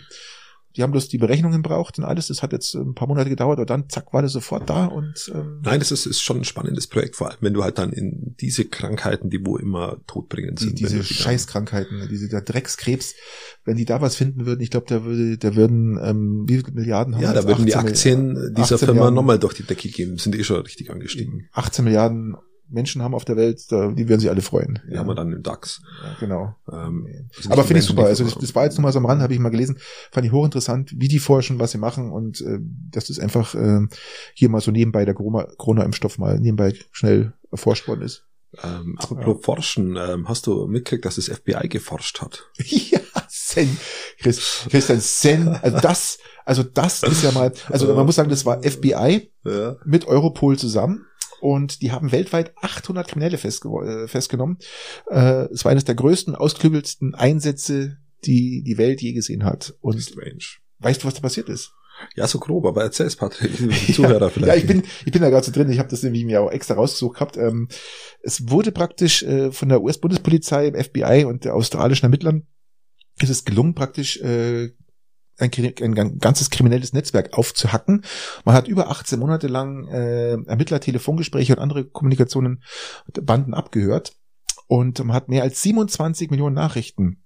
S2: die haben bloß die Berechnungen braucht und alles. Das hat jetzt ein paar Monate gedauert und dann zack, war das sofort da und, ähm,
S1: Nein, das ist, ist schon ein spannendes Projekt, vor allem wenn du halt dann in diese Krankheiten, die wo immer todbringend
S2: die,
S1: sind. wenn
S2: diese
S1: du die dann-
S2: Scheißkrankheiten, diese der Dreckskrebs, wenn die da was finden würden, ich glaube, da würde, da würden, ähm, wie viele Milliarden haben
S1: Ja,
S2: wir
S1: da
S2: jetzt?
S1: würden die
S2: 18
S1: Aktien dieser
S2: 18
S1: Firma
S2: Milliarden.
S1: nochmal durch die Decke gehen, sind eh schon richtig angestiegen.
S2: 18 Milliarden Menschen haben auf der Welt, da, die würden sich alle freuen.
S1: Die haben wir dann im DAX.
S2: ja genau.
S1: Ähm, sind
S2: Aber
S1: die
S2: finde ich
S1: Menschen,
S2: super.
S1: die-
S2: Also das, das war jetzt nur mal so am Rand, habe ich mal gelesen. Fand ich hochinteressant, wie die forschen, was sie machen und äh, dass das einfach äh, hier mal so nebenbei der Corona- Corona-Impfstoff mal nebenbei schnell erforscht worden ist.
S1: Ähm, apropos Forschen, ähm, hast du mitgekriegt, dass das FBI geforscht hat?
S2: ja, Sen. Chris, Christian Sen. Also das, also das ist ja mal, also man muss sagen, das war FBI
S1: Ja.
S2: mit Europol zusammen. Und die haben weltweit 800 Kriminelle festge äh, festgenommen. Äh, Es war eines der größten, ausklügelsten Einsätze, die die Welt je gesehen hat. Und
S1: Strange.
S2: weißt du, was da passiert ist?
S1: Ja, so grob, aber erzähl's, Patrick. Die Zuhörer vielleicht.
S2: Ja, ich bin, ich bin da gerade so drin. Ich habe das nämlich mir auch extra rausgesucht gehabt. Ähm, es wurde praktisch äh, von der US-Bundespolizei, dem FBI und der australischen Ermittlern ist es gelungen, praktisch äh, ein, kri- ein gan- ganzes kriminelles Netzwerk aufzuhacken. Man hat über 18 Monate lang äh, Ermittler, Telefongespräche und andere Kommunikationen, Banden abgehört und man hat mehr als 27 Millionen Nachrichten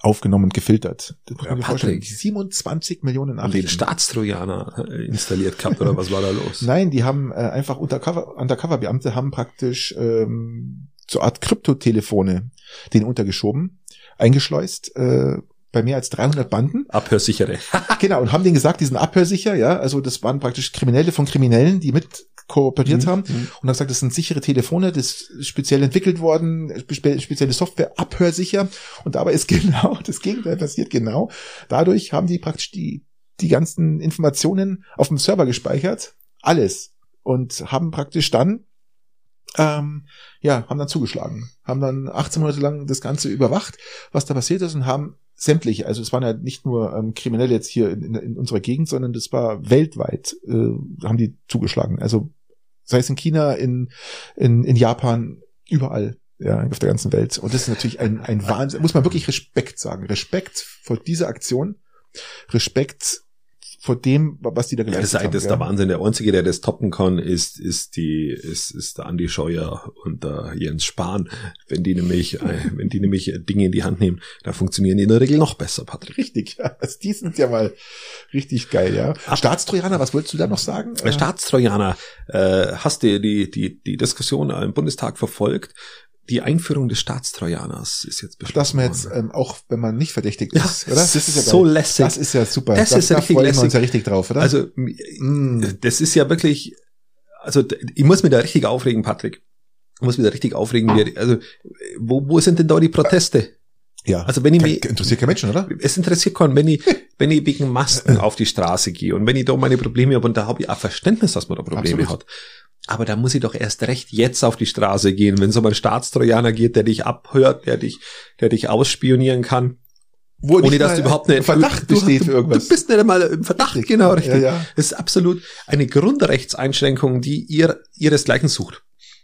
S2: aufgenommen und gefiltert. Das muss
S1: Ja,
S2: man sich
S1: Patrick.
S2: vorstellen. 27 Millionen
S1: Haben
S2: Nachrichten.
S1: den Staatstrojaner äh, installiert gehabt oder was war da los?
S2: Nein, die haben äh, einfach Undercover, Undercover-Beamte haben praktisch ähm, so Art Kryptotelefone den untergeschoben, eingeschleust äh, bei mehr als 300 Banden.
S1: Abhörsichere.
S2: genau, und haben denen gesagt, die sind abhörsicher, ja. Also das waren praktisch Kriminelle von Kriminellen, die mit kooperiert
S1: Mhm.
S2: haben
S1: Hm?
S2: und haben gesagt, das sind sichere Telefone, das ist speziell entwickelt worden, spe spezielle Software, abhörsicher. Und dabei ist genau das Gegenteil passiert, genau. Dadurch haben die praktisch die, die ganzen Informationen auf dem Server gespeichert, alles. Und haben praktisch dann, ähm, ja, haben dann zugeschlagen. Haben dann 18 Monate lang das Ganze überwacht, was da passiert ist und haben sämtliche, also es waren ja nicht nur ähm, Kriminelle jetzt hier in, in, in unserer Gegend, sondern das war weltweit, äh, haben die zugeschlagen. Also sei es in China, in, in, in Japan, überall, ja, auf der ganzen Welt. Und das ist natürlich ein, ein Wahnsinn, muss man wirklich Respekt sagen. Respekt vor dieser Aktion, Respekt vor dem, was die da
S1: Ja,
S2: geleistet
S1: das ist
S2: haben.
S1: eigentlich das ist der
S2: gell?
S1: Wahnsinn. Der Einzige, der das toppen kann, ist, ist die, ist, ist der Andi Scheuer und der Jens Spahn. Wenn die nämlich, äh, wenn die nämlich äh, Dinge in die Hand nehmen, dann funktionieren die in der Regel noch besser, Patrick.
S2: Richtig, ja. Also die sind ja mal richtig geil, ja. Staatstrojaner, was wolltest du da noch sagen?
S1: Der Staatstrojaner, äh, hast du die, die, die Diskussion im Bundestag verfolgt? Die Einführung des Staatstrojaners ist jetzt beschlossen.
S2: dass man jetzt,
S1: worden.
S2: ähm, auch wenn man nicht verdächtig
S1: Ja,
S2: ist, oder?
S1: das ist so lässig.
S2: Das ist ja super.
S1: Das ist
S2: da
S1: richtig
S2: freuen wir
S1: lässig.
S2: uns ja richtig drauf, oder?
S1: also,
S2: Mm.
S1: das ist ja wirklich, also d- ich muss mich da richtig aufregen, Patrick. Ich muss mich da richtig aufregen. wie- Also, wo, wo sind denn da die Proteste?
S2: ja.
S1: Also, wenn ich mich,
S2: interessiert kein Mensch, oder?
S1: es interessiert keinen, wenn ich, wenn ich wegen Masken auf die Straße gehe und wenn ich da meine Probleme habe und da habe ich auch Verständnis, dass man da Probleme
S2: Absolut.
S1: hat. Aber da muss ich doch erst recht jetzt auf die Straße gehen, wenn so ein Staatstrojaner geht, der dich abhört, der dich, der dich ausspionieren kann,
S2: Wo
S1: ohne
S2: nicht
S1: dass
S2: mal
S1: du überhaupt nicht
S2: Verdacht
S1: du,
S2: besteht
S1: du,
S2: für irgendwas.
S1: Du bist nicht einmal im Verdacht,
S2: Richtig.
S1: genau richtig.
S2: Ja, ja.
S1: Das ist absolut eine Grundrechtseinschränkung, die ihr ihresgleichen sucht.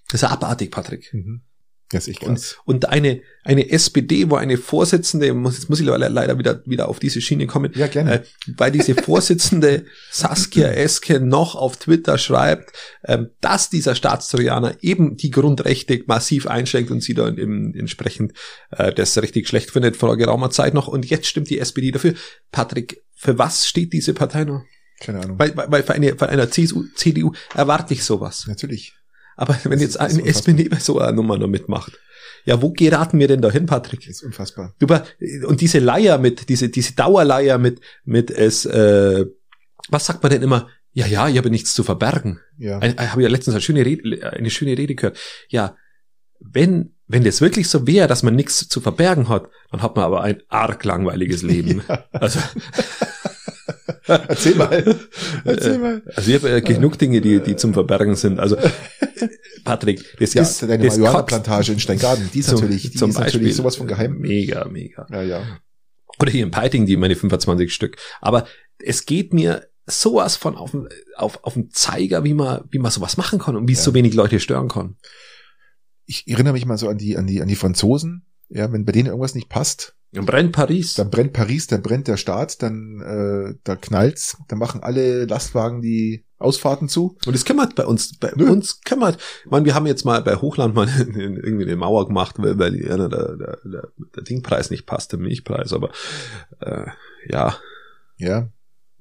S1: Das ist ja abartig, Patrick.
S2: Mhm. Das ist echt
S1: Und,
S2: krass.
S1: und eine, eine SPD, wo eine Vorsitzende, muss, jetzt muss ich leider, leider wieder, wieder auf diese Schiene kommen,
S2: Ja,
S1: äh,
S2: gerne.
S1: weil diese Vorsitzende Saskia Eske noch auf Twitter schreibt, ähm, dass dieser Staatstrojaner eben die Grundrechte massiv einschränkt und sie dann eben entsprechend äh, das richtig schlecht findet vor geraumer Zeit noch. Und jetzt stimmt die SPD dafür. Patrick, für was steht diese Partei noch?
S2: Keine Ahnung.
S1: Weil, weil, weil für eine, von einer CSU, CDU erwarte ich sowas.
S2: Natürlich.
S1: Aber wenn
S2: Das
S1: jetzt
S2: ist- das
S1: ein
S2: ist unfassbar.
S1: SPD bei so einer Nummer noch mitmacht, ja, wo geraten wir denn dahin, Patrick?
S2: Ist unfassbar.
S1: über und diese Leier mit diese diese Dauerleier mit mit es äh, was sagt man denn immer ja ja ich habe nichts zu verbergen
S2: Ja.
S1: Ein- ich habe ja letztens eine schöne Rede, eine schöne Rede gehört ja wenn wenn das wirklich so wäre dass man nichts zu verbergen hat dann hat man aber ein arg langweiliges Leben
S2: Ja.
S1: also
S2: Erzähl mal. Erzähl mal.
S1: also ich habe ja genug Dinge die die zum Verbergen sind also Patrick das
S2: Ja,
S1: ist
S2: deine
S1: das kotzt-
S2: Marihuana-Plantage in Steingaden, die ist
S1: zum-
S2: natürlich, die
S1: zum
S2: ist natürlich
S1: Beispiel.
S2: sowas von geheim.
S1: mega mega
S2: Ja, ja.
S1: Oder hier in Peiting, die meine 25 Stück. Aber es geht mir sowas von auf den, auf, auf den Zeiger, wie man, wie man sowas machen kann und wie es
S2: Ja.
S1: so wenig Leute stören kann.
S2: Ich erinnere mich mal so an die, an die, an die Franzosen. Ja, wenn bei denen irgendwas nicht passt,
S1: Dann brennt Paris.
S2: Dann brennt Paris, dann brennt der Staat, dann äh, da knallt's, dann machen alle Lastwagen die Ausfahrten zu.
S1: Und es kümmert bei uns, bei
S2: Nö.
S1: uns kümmert. Ich meine, wir haben jetzt mal bei Hochland mal irgendwie eine Mauer gemacht, weil, weil ja, der, der, der, der Dingpreis nicht passt, der Milchpreis, aber äh, ja,
S2: Ja,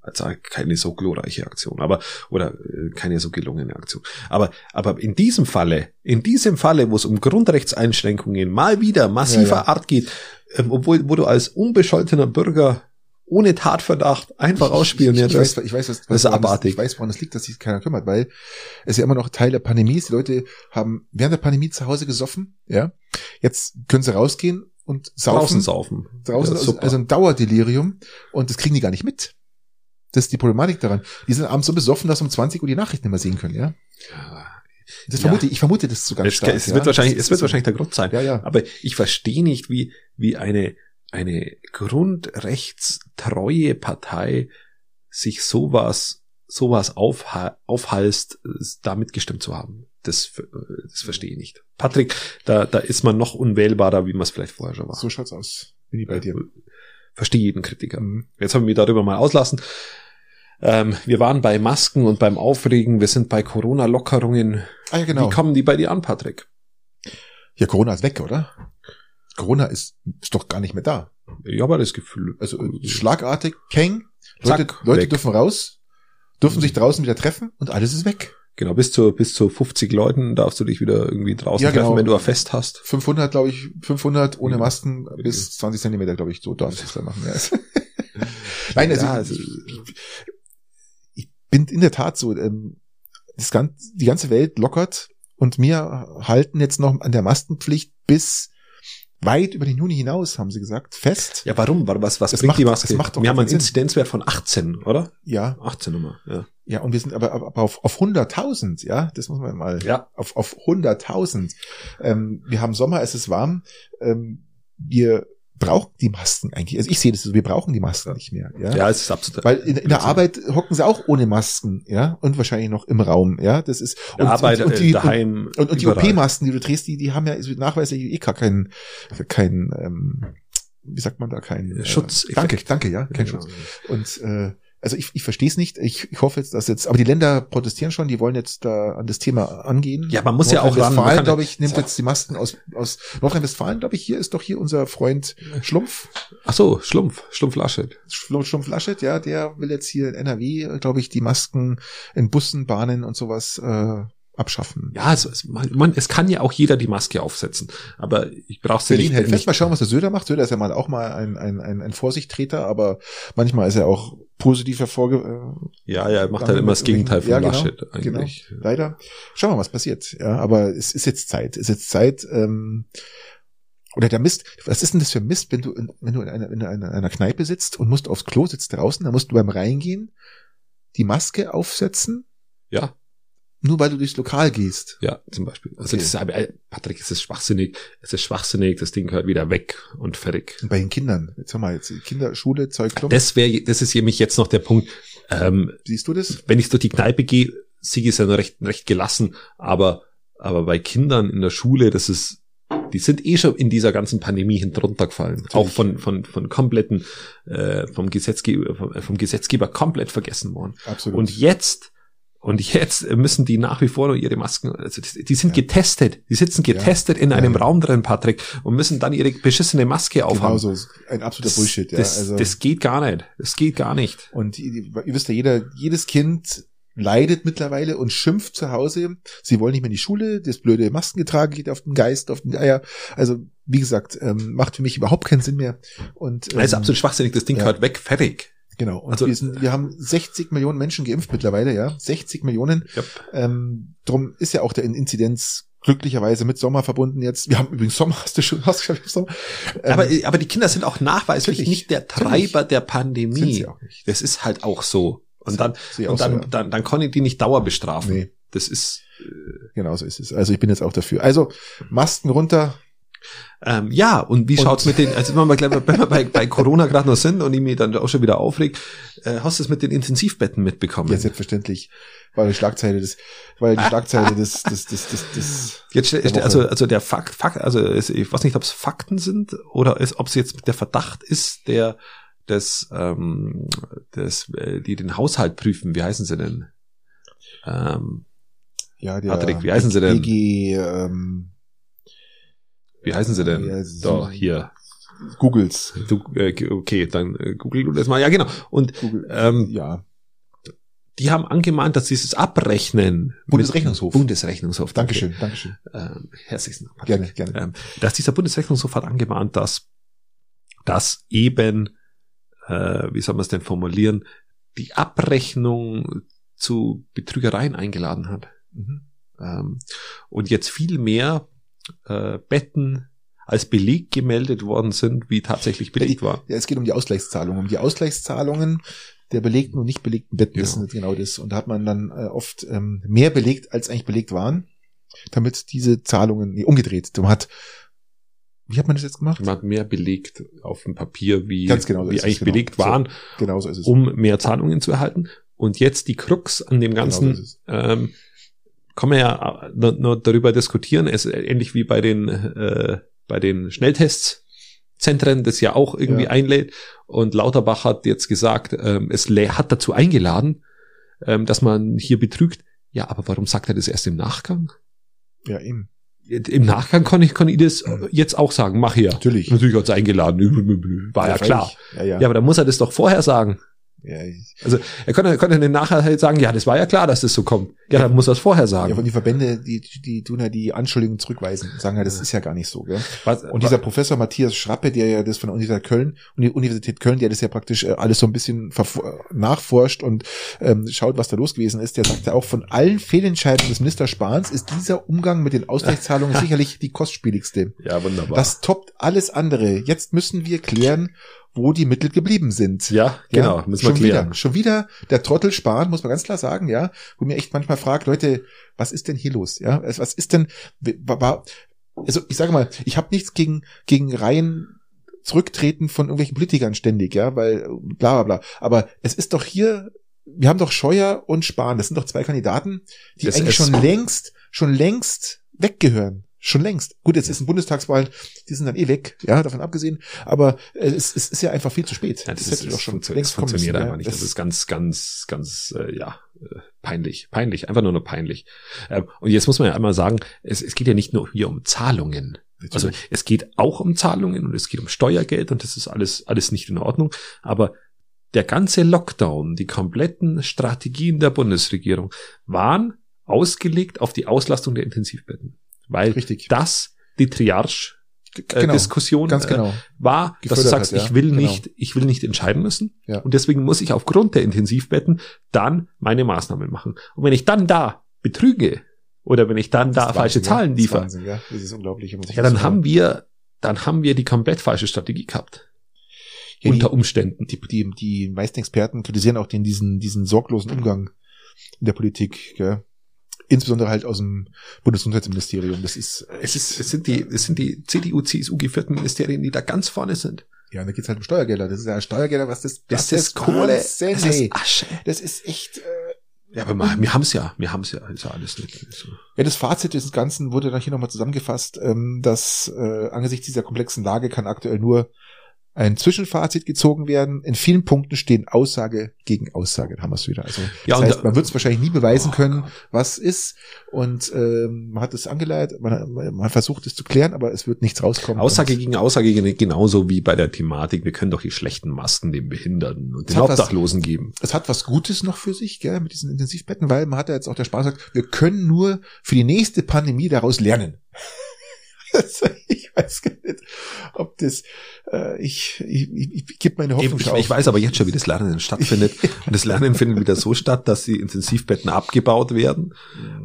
S1: also keine so glorreiche Aktion, aber oder äh, keine so gelungene Aktion. Aber aber in diesem Falle, in diesem Falle, wo es um Grundrechtseinschränkungen mal wieder massiver
S2: Ja, ja.
S1: Art geht, ähm, obwohl wo du als unbescholtener Bürger ohne Tatverdacht einfach ausspioniert
S2: ich, ich, weiß,
S1: wirst.
S2: ich weiß, was,
S1: Das ist
S2: woran
S1: abartig.
S2: Ich weiß, woran das liegt, dass sich keiner kümmert, weil es ja immer noch Teil der Pandemie ist. Die Leute haben während der Pandemie zu Hause gesoffen, ja. Jetzt können sie rausgehen und saufen.
S1: Draußen saufen.
S2: draußen,
S1: Ja,
S2: also-
S1: super.
S2: also ein Dauerdelirium und das kriegen die gar nicht mit. Das ist die Problematik daran. Die sind abends so besoffen, dass um 20 Uhr die Nachrichten immer sehen können, ja. Das
S1: Ja.
S2: vermute ich, ich vermute das so ganz
S1: es,
S2: stark.
S1: es
S2: ja.
S1: wird wahrscheinlich,
S2: Das
S1: es wird
S2: ist so.
S1: wahrscheinlich der Grund sein.
S2: Ja, ja.
S1: Aber ich verstehe nicht, wie, wie eine, eine grundrechtstreue Partei sich sowas, sowas aufha aufhalst, es damit gestimmt zu haben. Das, ver- das verstehe ich nicht. Patrick, da, da ist man noch unwählbarer, wie man es vielleicht vorher schon war. Äh,
S2: So schaut's aus. Bin ich bei dir.
S1: Verstehe jeden Kritiker.
S2: Mhm.
S1: Jetzt haben wir darüber mal auslassen. Ähm, wir waren bei Masken und beim Aufregen. Wir sind bei Corona-Lockerungen.
S2: Ah ja, genau.
S1: Wie kommen die bei dir an, Patrick?
S2: Ja, Corona ist weg, oder? Corona ist, ist doch gar nicht mehr da.
S1: Ich habe das Gefühl,
S2: Also äh, schlagartig, Kang, Leute,
S1: Zack,
S2: Leute
S1: weg.
S2: dürfen raus, dürfen sich draußen wieder treffen und alles ist weg.
S1: genau, bis zu, bis zu 50 Leuten darfst du dich wieder irgendwie draußen
S2: Ja, genau.
S1: treffen, wenn du ein Fest hast.
S2: 500, glaube ich, 500 ohne
S1: Ja.
S2: Masken bis 20 Zentimeter, glaube ich, so darfst du es dann machen. Ja. Nein, also,
S1: Ja,
S2: ich, ich, ich bin in der Tat so, ähm, das ganz, die ganze Welt lockert und wir halten jetzt noch an der Maskenpflicht bis weit über den Juni hinaus, haben sie gesagt, fest.
S1: Ja, warum? Wa- Was, was
S2: Das
S1: bringt
S2: macht-
S1: die Maske?
S2: das macht doch
S1: wir haben einen
S2: Sinn.
S1: Inzidenzwert von 18, oder?
S2: Ja,
S1: 18 Nummer, ja.
S2: ja, und wir sind aber, aber auf, auf 100.000, ja, das muss man mal
S1: Ja,
S2: auf, auf 100.000. Ähm, wir haben Sommer, es ist warm. Ähm, wir brauchen die Masken eigentlich. Also ich sehe das so, wir brauchen die Masken nicht mehr. Ja?
S1: ja, es ist absolut.
S2: Weil in, in der Arbeit hocken sie auch ohne Masken, ja, und wahrscheinlich noch im Raum, ja. Das ist
S1: und, Arbeit, äh,
S2: und, und die, und,
S1: daheim,
S2: und, und die
S1: überall.
S2: OP-Masken, die du drehst, die, die haben ja nachweislich eh gar keinen, keinen, ähm, wie sagt man da, keinen äh,
S1: Schutzeffekt.
S2: Danke, danke, ja, kein Schutz.
S1: Genau.
S2: Und äh, also ich, ich verstehe es nicht. Ich, ich hoffe jetzt, dass jetzt, aber die Länder protestieren schon, die wollen jetzt da an das Thema angehen.
S1: Ja, man muss ja auch ran. Man
S2: Nordrhein-Westfalen,
S1: kann-
S2: glaube ich, nimmt jetzt die Masken aus, aus Nordrhein-Westfalen, glaube ich, hier ist doch hier unser Freund Schlumpf,
S1: Ach so, Schlumpf, Schlumpf Laschet.
S2: Schlumpf, Schlumpf Laschet, ja, der will jetzt hier in NRW, glaube ich, die Masken in Bussen, Bahnen und sowas äh, abschaffen.
S1: Ja, also es, man, man, es kann ja auch jeder die Maske aufsetzen, aber ich brauche sie
S2: Berlin
S1: nicht.
S2: hält fest.
S1: nicht
S2: Mal schauen, was der Söder macht. Söder ist ja mal auch mal ein, ein, ein, ein Vorsichttreter, aber manchmal ist er auch positiv hervorge äh,
S1: ja, ja, er macht
S2: Dann
S1: halt immer das
S2: mit
S1: Gegenteil von
S2: irgendwelchen- ja,
S1: Laschet
S2: genau.
S1: eigentlich.
S2: leider. Schauen wir mal, was passiert. Ja, aber es ist jetzt Zeit. Es ist jetzt Zeit. Ähm, oder der Mist, was ist denn das für Mist, wenn du in, wenn du in einer, in einer, in einer Kneipe sitzt und musst aufs Klo sitzt draußen, dann musst du beim Reingehen die Maske aufsetzen,
S1: Ja,
S2: nur weil du durchs Lokal gehst.
S1: ja, zum Beispiel. Also
S2: Okay.
S1: das ist, aber, äh, Patrick, es ist schwachsinnig. Es ist schwachsinnig, das Ding gehört wieder weg und fertig.
S2: Und bei den Kindern, jetzt hör mal, jetzt Kinder, Schule, Zeug, Klump,
S1: Das wäre, das ist nämlich jetzt noch der Punkt. Ähm,
S2: siehst du das?
S1: wenn ich durch die Kneipe gehe, Sigi ist ja noch recht, recht gelassen, aber, aber bei Kindern in der Schule, das ist, die sind eh schon in dieser ganzen Pandemie hinuntergefallen. Auch von, von, von kompletten, äh, vom Gesetzgeber, vom, äh, vom Gesetzgeber komplett vergessen worden.
S2: Absolut.
S1: Und jetzt, und jetzt müssen die nach wie vor noch ihre Masken, also die, die sind
S2: Ja.
S1: getestet, die sitzen getestet in
S2: Ja,
S1: einem
S2: ja.
S1: Raum drin, Patrick, und müssen dann ihre beschissene Maske aufhaben.
S2: genau so, ein absoluter
S1: Das,
S2: Bullshit, ja.
S1: das,
S2: also,
S1: das geht gar nicht. Das geht gar nicht.
S2: Und ihr, ihr wisst ja, jeder, jedes Kind leidet mittlerweile und schimpft zu Hause. Sie wollen nicht mehr in die Schule, das blöde Maskengetrage geht auf den Geist, auf die Eier. Also, wie gesagt, ähm, macht für mich überhaupt keinen Sinn mehr. Und,
S1: Das ist
S2: ähm,
S1: Also absolut schwachsinnig, das Ding
S2: ja.
S1: gehört weg, fertig.
S2: Genau. Und
S1: also-
S2: wir, sind, wir haben 60 Millionen Menschen geimpft mittlerweile, ja. 60 Millionen.
S1: Yep.
S2: Ähm, drum ist ja auch der Inzidenz glücklicherweise mit Sommer verbunden jetzt. Wir haben übrigens Sommer, hast du schon, hast du schon Sommer?
S1: Aber, aber die Kinder sind auch nachweislich
S2: Ähm, natürlich,
S1: nicht der Treiber
S2: natürlich.
S1: der
S2: sind
S1: Pandemie.
S2: sie auch nicht.
S1: Das ist halt auch so. Und dann,
S2: Sehe auch
S1: und dann,
S2: so,
S1: dann, dann kann ich die nicht
S2: ja.
S1: dauerbestrafen.
S2: Nee,
S1: Das ist,
S2: genau so ist es. Also ich bin jetzt auch dafür. Also Masken runter,
S1: ähm, ja, und wie
S2: Und-
S1: schaut's mit den, also wenn wir, gleich- wenn wir bei, bei Corona gerade noch sind und ich mich dann auch schon wieder aufregt, äh, hast du es mit den Intensivbetten mitbekommen?
S2: Ja, selbstverständlich. War die Schlagzeile des, war die Schlagzeile des, des, des, des, des
S1: Jetzt ste-
S2: Der
S1: ste-
S2: Woche.
S1: also, also der Fakt, Fakt also es- ich weiß nicht, ob es Fakten sind oder es- ob es jetzt der Verdacht ist, der des, ähm, des, äh, die den Haushalt prüfen. Wie heißen sie denn? Ähm,
S2: ja, der,
S1: Patrick, wie heißen sie denn?
S2: EG, ähm,
S1: Wie heißen sie denn?
S2: Ja, es ist-
S1: da, hier.
S2: Googles.
S1: Du, äh, okay, dann äh, google du das mal. Ja, genau. Und
S2: Google,
S1: ähm,
S2: ja.
S1: die haben angemahnt, dass dieses Abrechnen mit-
S2: Bundesrechnungshof.
S1: Bundesrechnungshof.
S2: Dankeschön, Dankeschön.
S1: Okay. Ähm, herzlichen Dank.
S2: Gerne, gerne.
S1: Ähm, dass dieser Bundesrechnungshof hat angemahnt, dass, dass eben, äh, wie soll man es denn formulieren, die Abrechnung zu Betrügereien eingeladen hat.
S2: Mhm.
S1: Ähm, und jetzt viel mehr äh, Betten als Beleg gemeldet worden sind, wie tatsächlich belegt waren.
S2: Ja, es geht um die Ausgleichszahlungen, um die Ausgleichszahlungen der belegten und nicht belegten Betten. Das
S1: Ja.
S2: ist genau das. Und da hat man dann äh, oft ähm, mehr belegt, als eigentlich belegt waren, damit diese Zahlungen, nee, umgedreht. Man hat, wie hat man das jetzt gemacht?
S1: Man hat mehr belegt auf dem Papier, wie,
S2: Ganz genau so
S1: wie
S2: ist es,
S1: eigentlich
S2: genau.
S1: belegt
S2: So.
S1: waren,
S2: Genau so ist es.
S1: um mehr Zahlungen zu erhalten. Und jetzt die Krux an dem
S2: Genau so
S1: Ganzen,
S2: ist es.
S1: ähm, kann man ja äh, nur, nur darüber diskutieren, es ähnlich wie bei den äh, bei den Schnelltests, Zentren, das ja auch irgendwie
S2: Ja.
S1: einlädt. Und Lauterbach hat jetzt gesagt, ähm, es lä- hat dazu eingeladen, ähm, dass man hier betrügt. Ja, aber warum sagt er das erst im Nachgang?
S2: Ja, eben.
S1: Im Nachgang kann ich, kann ich das jetzt auch sagen, mach hier.
S2: Natürlich.
S1: Natürlich hat's eingeladen, war ja klar.
S2: Ja, ja.
S1: Ja, aber dann muss er das doch vorher sagen.
S2: ja, ich-
S1: Er könnte, könnte dann nachher halt sagen, ja, das war ja klar, dass das so kommt. Ja, dann muss er es vorher
S2: ja, und
S1: sagen.
S2: die Verbände, die, die tun ja die Anschuldigungen zurückweisen und sagen ja, das ist ja gar nicht so, gell?
S1: Was,
S2: Und dieser Professor Matthias Schrappe, der ja das von der Universität Köln und die Universität Köln, der das ja praktisch äh, alles so ein bisschen verfo- äh, nachforscht und ähm, schaut, was da los gewesen ist, der sagt ja auch, von allen Fehlentscheidungen des Minister Spahns ist dieser Umgang mit den Ausgleichszahlungen sicherlich die kostspieligste.
S1: ja, wunderbar.
S2: Das toppt alles andere. Jetzt müssen wir klären, wo die Mittel geblieben sind.
S1: ja,
S2: Ja,
S1: genau, müssen wir
S2: schon
S1: klären.
S2: wieder, schon wieder der Trottel sparen, muss man ganz klar sagen, ja, wo mir echt manchmal fragt, Leute, was ist denn hier los, ja, Es- was ist denn, wa- wa- also ich sage mal, ich habe nichts gegen gegen Reihen zurücktreten von irgendwelchen Politikern ständig, ja, weil bla bla bla, aber es ist doch hier, wir haben doch Scheuer und Spahn, das sind doch zwei Kandidaten, die
S1: Das
S2: eigentlich
S1: ist-
S2: schon längst, schon längst weggehören. Schon längst. Gut, jetzt ist ein Bundestagswahl, die sind dann eh weg, ja, davon abgesehen. Aber äh, es, es ist ja einfach viel zu spät.
S1: Ja, das, ist,
S2: hätte doch
S1: das funktio- das
S2: längst kommen
S1: funktioniert
S2: müssen,
S1: einfach
S2: ja.
S1: nicht. Das, ist ganz, ganz, ganz, äh, ja, äh, peinlich. Peinlich, einfach nur nur peinlich. Ähm, und jetzt muss man ja einmal sagen, es, es geht ja nicht nur hier um Zahlungen. Also es geht auch um Zahlungen und es geht um Steuergeld und das ist alles, alles nicht in Ordnung. Aber der ganze Lockdown, die kompletten Strategien der Bundesregierung waren ausgelegt auf die Auslastung der Intensivbetten. Weil
S2: richtig.
S1: das die Triage-Diskussion
S2: G- genau, ganz
S1: äh,
S2: genau.
S1: war, dass du
S2: Gefördert
S1: sagst,
S2: hat, ja.
S1: ich will
S2: Genau.
S1: nicht, ich will nicht entscheiden müssen.
S2: Ja.
S1: Und deswegen muss ich aufgrund der Intensivbetten dann meine Maßnahmen machen. Und wenn ich dann da betrüge oder wenn ich dann da
S2: Das ist
S1: falsche
S2: Wahnsinn,
S1: Zahlen
S2: ja. Das ist
S1: liefere,
S2: Wahnsinn, ja. Das ist unglaublich. wenn man sich
S1: ja,
S2: das
S1: dann
S2: mal-
S1: haben wir, dann haben wir die komplett falsche Strategie gehabt.
S2: Ja, die-
S1: unter Umständen.
S2: die, die, die meisten Experten kritisieren auch den, diesen, diesen sorglosen Umgang in der Politik, gell? Insbesondere halt aus dem Bundesgesundheitsministerium. Das ist, äh,
S1: es, ist, es sind die, es sind die CDU, CSU geführten Ministerien, die da ganz vorne sind.
S2: ja, und da geht's halt um Steuergelder. Das ist ja Steuergelder, was das,
S1: Das, ist Kohle, das
S2: Wahnsinn, ey.
S1: ist Asche.
S2: das ist echt, äh,
S1: Ja, aber wir, wir haben es ja, wir haben es ja, ist ja alles nicht. So.
S2: Ja, das Fazit des Ganzen wurde dann hier nochmal zusammengefasst, ähm, dass äh, angesichts dieser komplexen Lage kann aktuell nur ein Zwischenfazit gezogen werden. In vielen Punkten stehen Aussage gegen Aussage, da haben wir es wieder. Also
S1: Ja,
S2: das
S1: und
S2: heißt,
S1: da-
S2: man wird es wahrscheinlich nie beweisen
S1: Oh
S2: können,
S1: Gott.
S2: was ist. Und ähm, man hat es angeleitet, man, man man versucht es zu klären, aber es wird nichts rauskommen.
S1: Aussage
S2: und
S1: gegen Aussage gegen- genauso wie bei der Thematik, wir können doch die schlechten Masken den Behinderten und den
S2: Hat was-
S1: Obdachlosen geben.
S2: es hat was Gutes noch für sich, gell, mit diesen Intensivbetten, weil man hat ja jetzt auch der Spaß gesagt, wir können nur für die nächste Pandemie daraus lernen. Also, ich weiß gar nicht, ob das, äh, ich, ich, ich, ich gebe meine
S1: Ich,
S2: Hoffnung
S1: ich,
S2: auf.
S1: ich weiß aber jetzt schon, wie das Lernen denn stattfindet. Und das Lernen findet wieder so statt, dass die Intensivbetten abgebaut werden,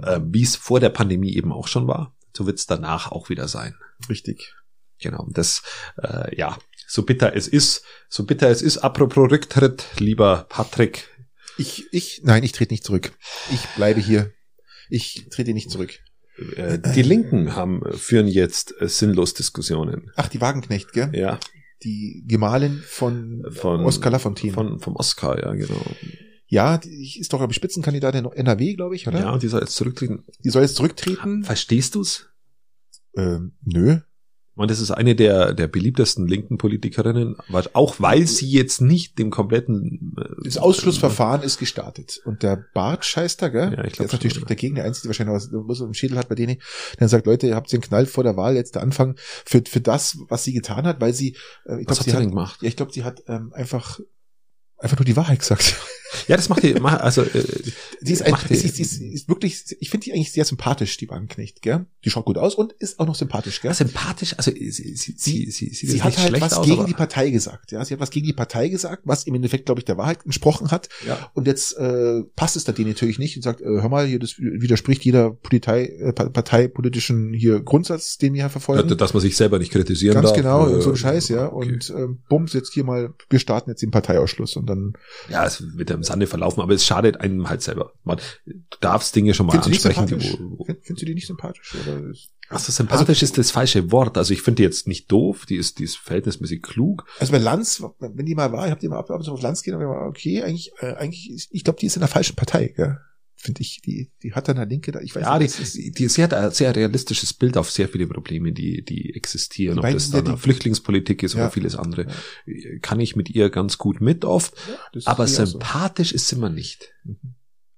S1: äh, wie es vor der Pandemie eben auch schon war. So wird es danach auch wieder sein.
S2: Richtig.
S1: Genau. Das, äh, ja, so bitter es ist, so bitter es ist. Apropos Rücktritt, lieber Patrick.
S2: Ich, ich, nein, ich trete nicht zurück. Ich bleibe hier. Ich trete nicht zurück.
S1: Äh, die Linken haben, führen jetzt äh, sinnlos Diskussionen.
S2: Ach, die Wagenknecht, gell?
S1: Ja,
S2: Die Gemahlin von,
S1: Von-
S2: Oskar Lafontaine.
S1: von, vom Oscar, ja, genau.
S2: ja, die ist doch aber Spitzenkandidatin in NRW, glaube ich, oder?
S1: Ja, und die soll jetzt zurücktreten.
S2: Die soll jetzt zurücktreten.
S1: Verstehst du's?
S2: Ähm, nö.
S1: Und das ist eine der, der beliebtesten linken Politikerinnen, weil- auch weil sie jetzt nicht dem kompletten äh,
S2: Das Ausschlussverfahren ist gestartet. Und der Bart scheißt da, gell?
S1: Ja, ich glaub
S2: der ist natürlich
S1: schon,
S2: strikt dagegen, der Einzige, der wahrscheinlich noch was muss im Schädel hat bei denen, der sagt, Leute, ihr habt den Knall vor der Wahl, jetzt der Anfang für, für das, was sie getan hat, weil sie, äh, ich
S1: Was
S2: glaube,
S1: hat
S2: sie
S1: sie
S2: hat,
S1: denn gemacht?
S2: ja, ich glaube, sie hat ähm, einfach, einfach nur die Wahrheit gesagt.
S1: Ja, das macht die, ma- also äh,
S2: Sie ist, ein,
S1: Macht die-
S2: sie, ist, sie ist, sie ist wirklich, ich finde die eigentlich sehr sympathisch, die Wagenknecht, gell? Die schaut gut aus und ist auch noch sympathisch, gell?
S1: ja, sympathisch, also äh, sie, sie, sie, sie, sie,
S2: sie
S1: sieht
S2: hat
S1: nicht
S2: halt
S1: schlecht
S2: was
S1: aus,
S2: gegen
S1: aber-
S2: die Partei gesagt, ja. Sie hat was gegen die Partei gesagt, was im Endeffekt, glaube ich, der Wahrheit entsprochen hat.
S1: ja.
S2: Und jetzt äh, passt es da denen natürlich nicht und sagt, äh, hör mal, hier, das widerspricht jeder Politei, äh, pa- parteipolitischen hier Grundsatz, den wir hier verfolgen.
S1: Dass- Dass man sich selber nicht kritisieren
S2: Ganz
S1: darf.
S2: genau,
S1: äh,
S2: so ein Scheiß, ja.
S1: okay.
S2: Und ähm, bums, jetzt hier mal, wir starten jetzt den Parteiausschluss und dann
S1: ja, es wird im Sande verlaufen, aber es schadet einem halt selber. Man, du darfst Dinge schon mal
S2: findest du die
S1: ansprechen.
S2: sympathisch?
S1: die wo- wo-
S2: Find, findest du die nicht sympathisch? Oder?
S1: Also sympathisch ist das falsche Wort. Also ich finde die jetzt nicht doof, die ist, die ist verhältnismäßig klug.
S2: Also bei Lanz, wenn die mal war, ich habe die mal ab, ab und zu auf Lanz gehen, aber okay, eigentlich, äh, eigentlich, ist- ich glaube, die ist in der falschen Partei, gell? finde ich. Die, die hat dann eine Linke da. Ich weiß
S1: Ja, die,
S2: was es ist.
S1: die, sie hat ein sehr realistisches Bild auf sehr viele Probleme, die, die existieren.
S2: Die
S1: Ob
S2: beiden
S1: das
S2: sind ja
S1: dann
S2: die-
S1: Flüchtlingspolitik ist
S2: Ja.
S1: oder vieles andere. Kann ich mit ihr ganz gut mit oft,
S2: Das
S1: aber
S2: ist eher so.
S1: sympathisch ist sie mir nicht.
S2: Mhm.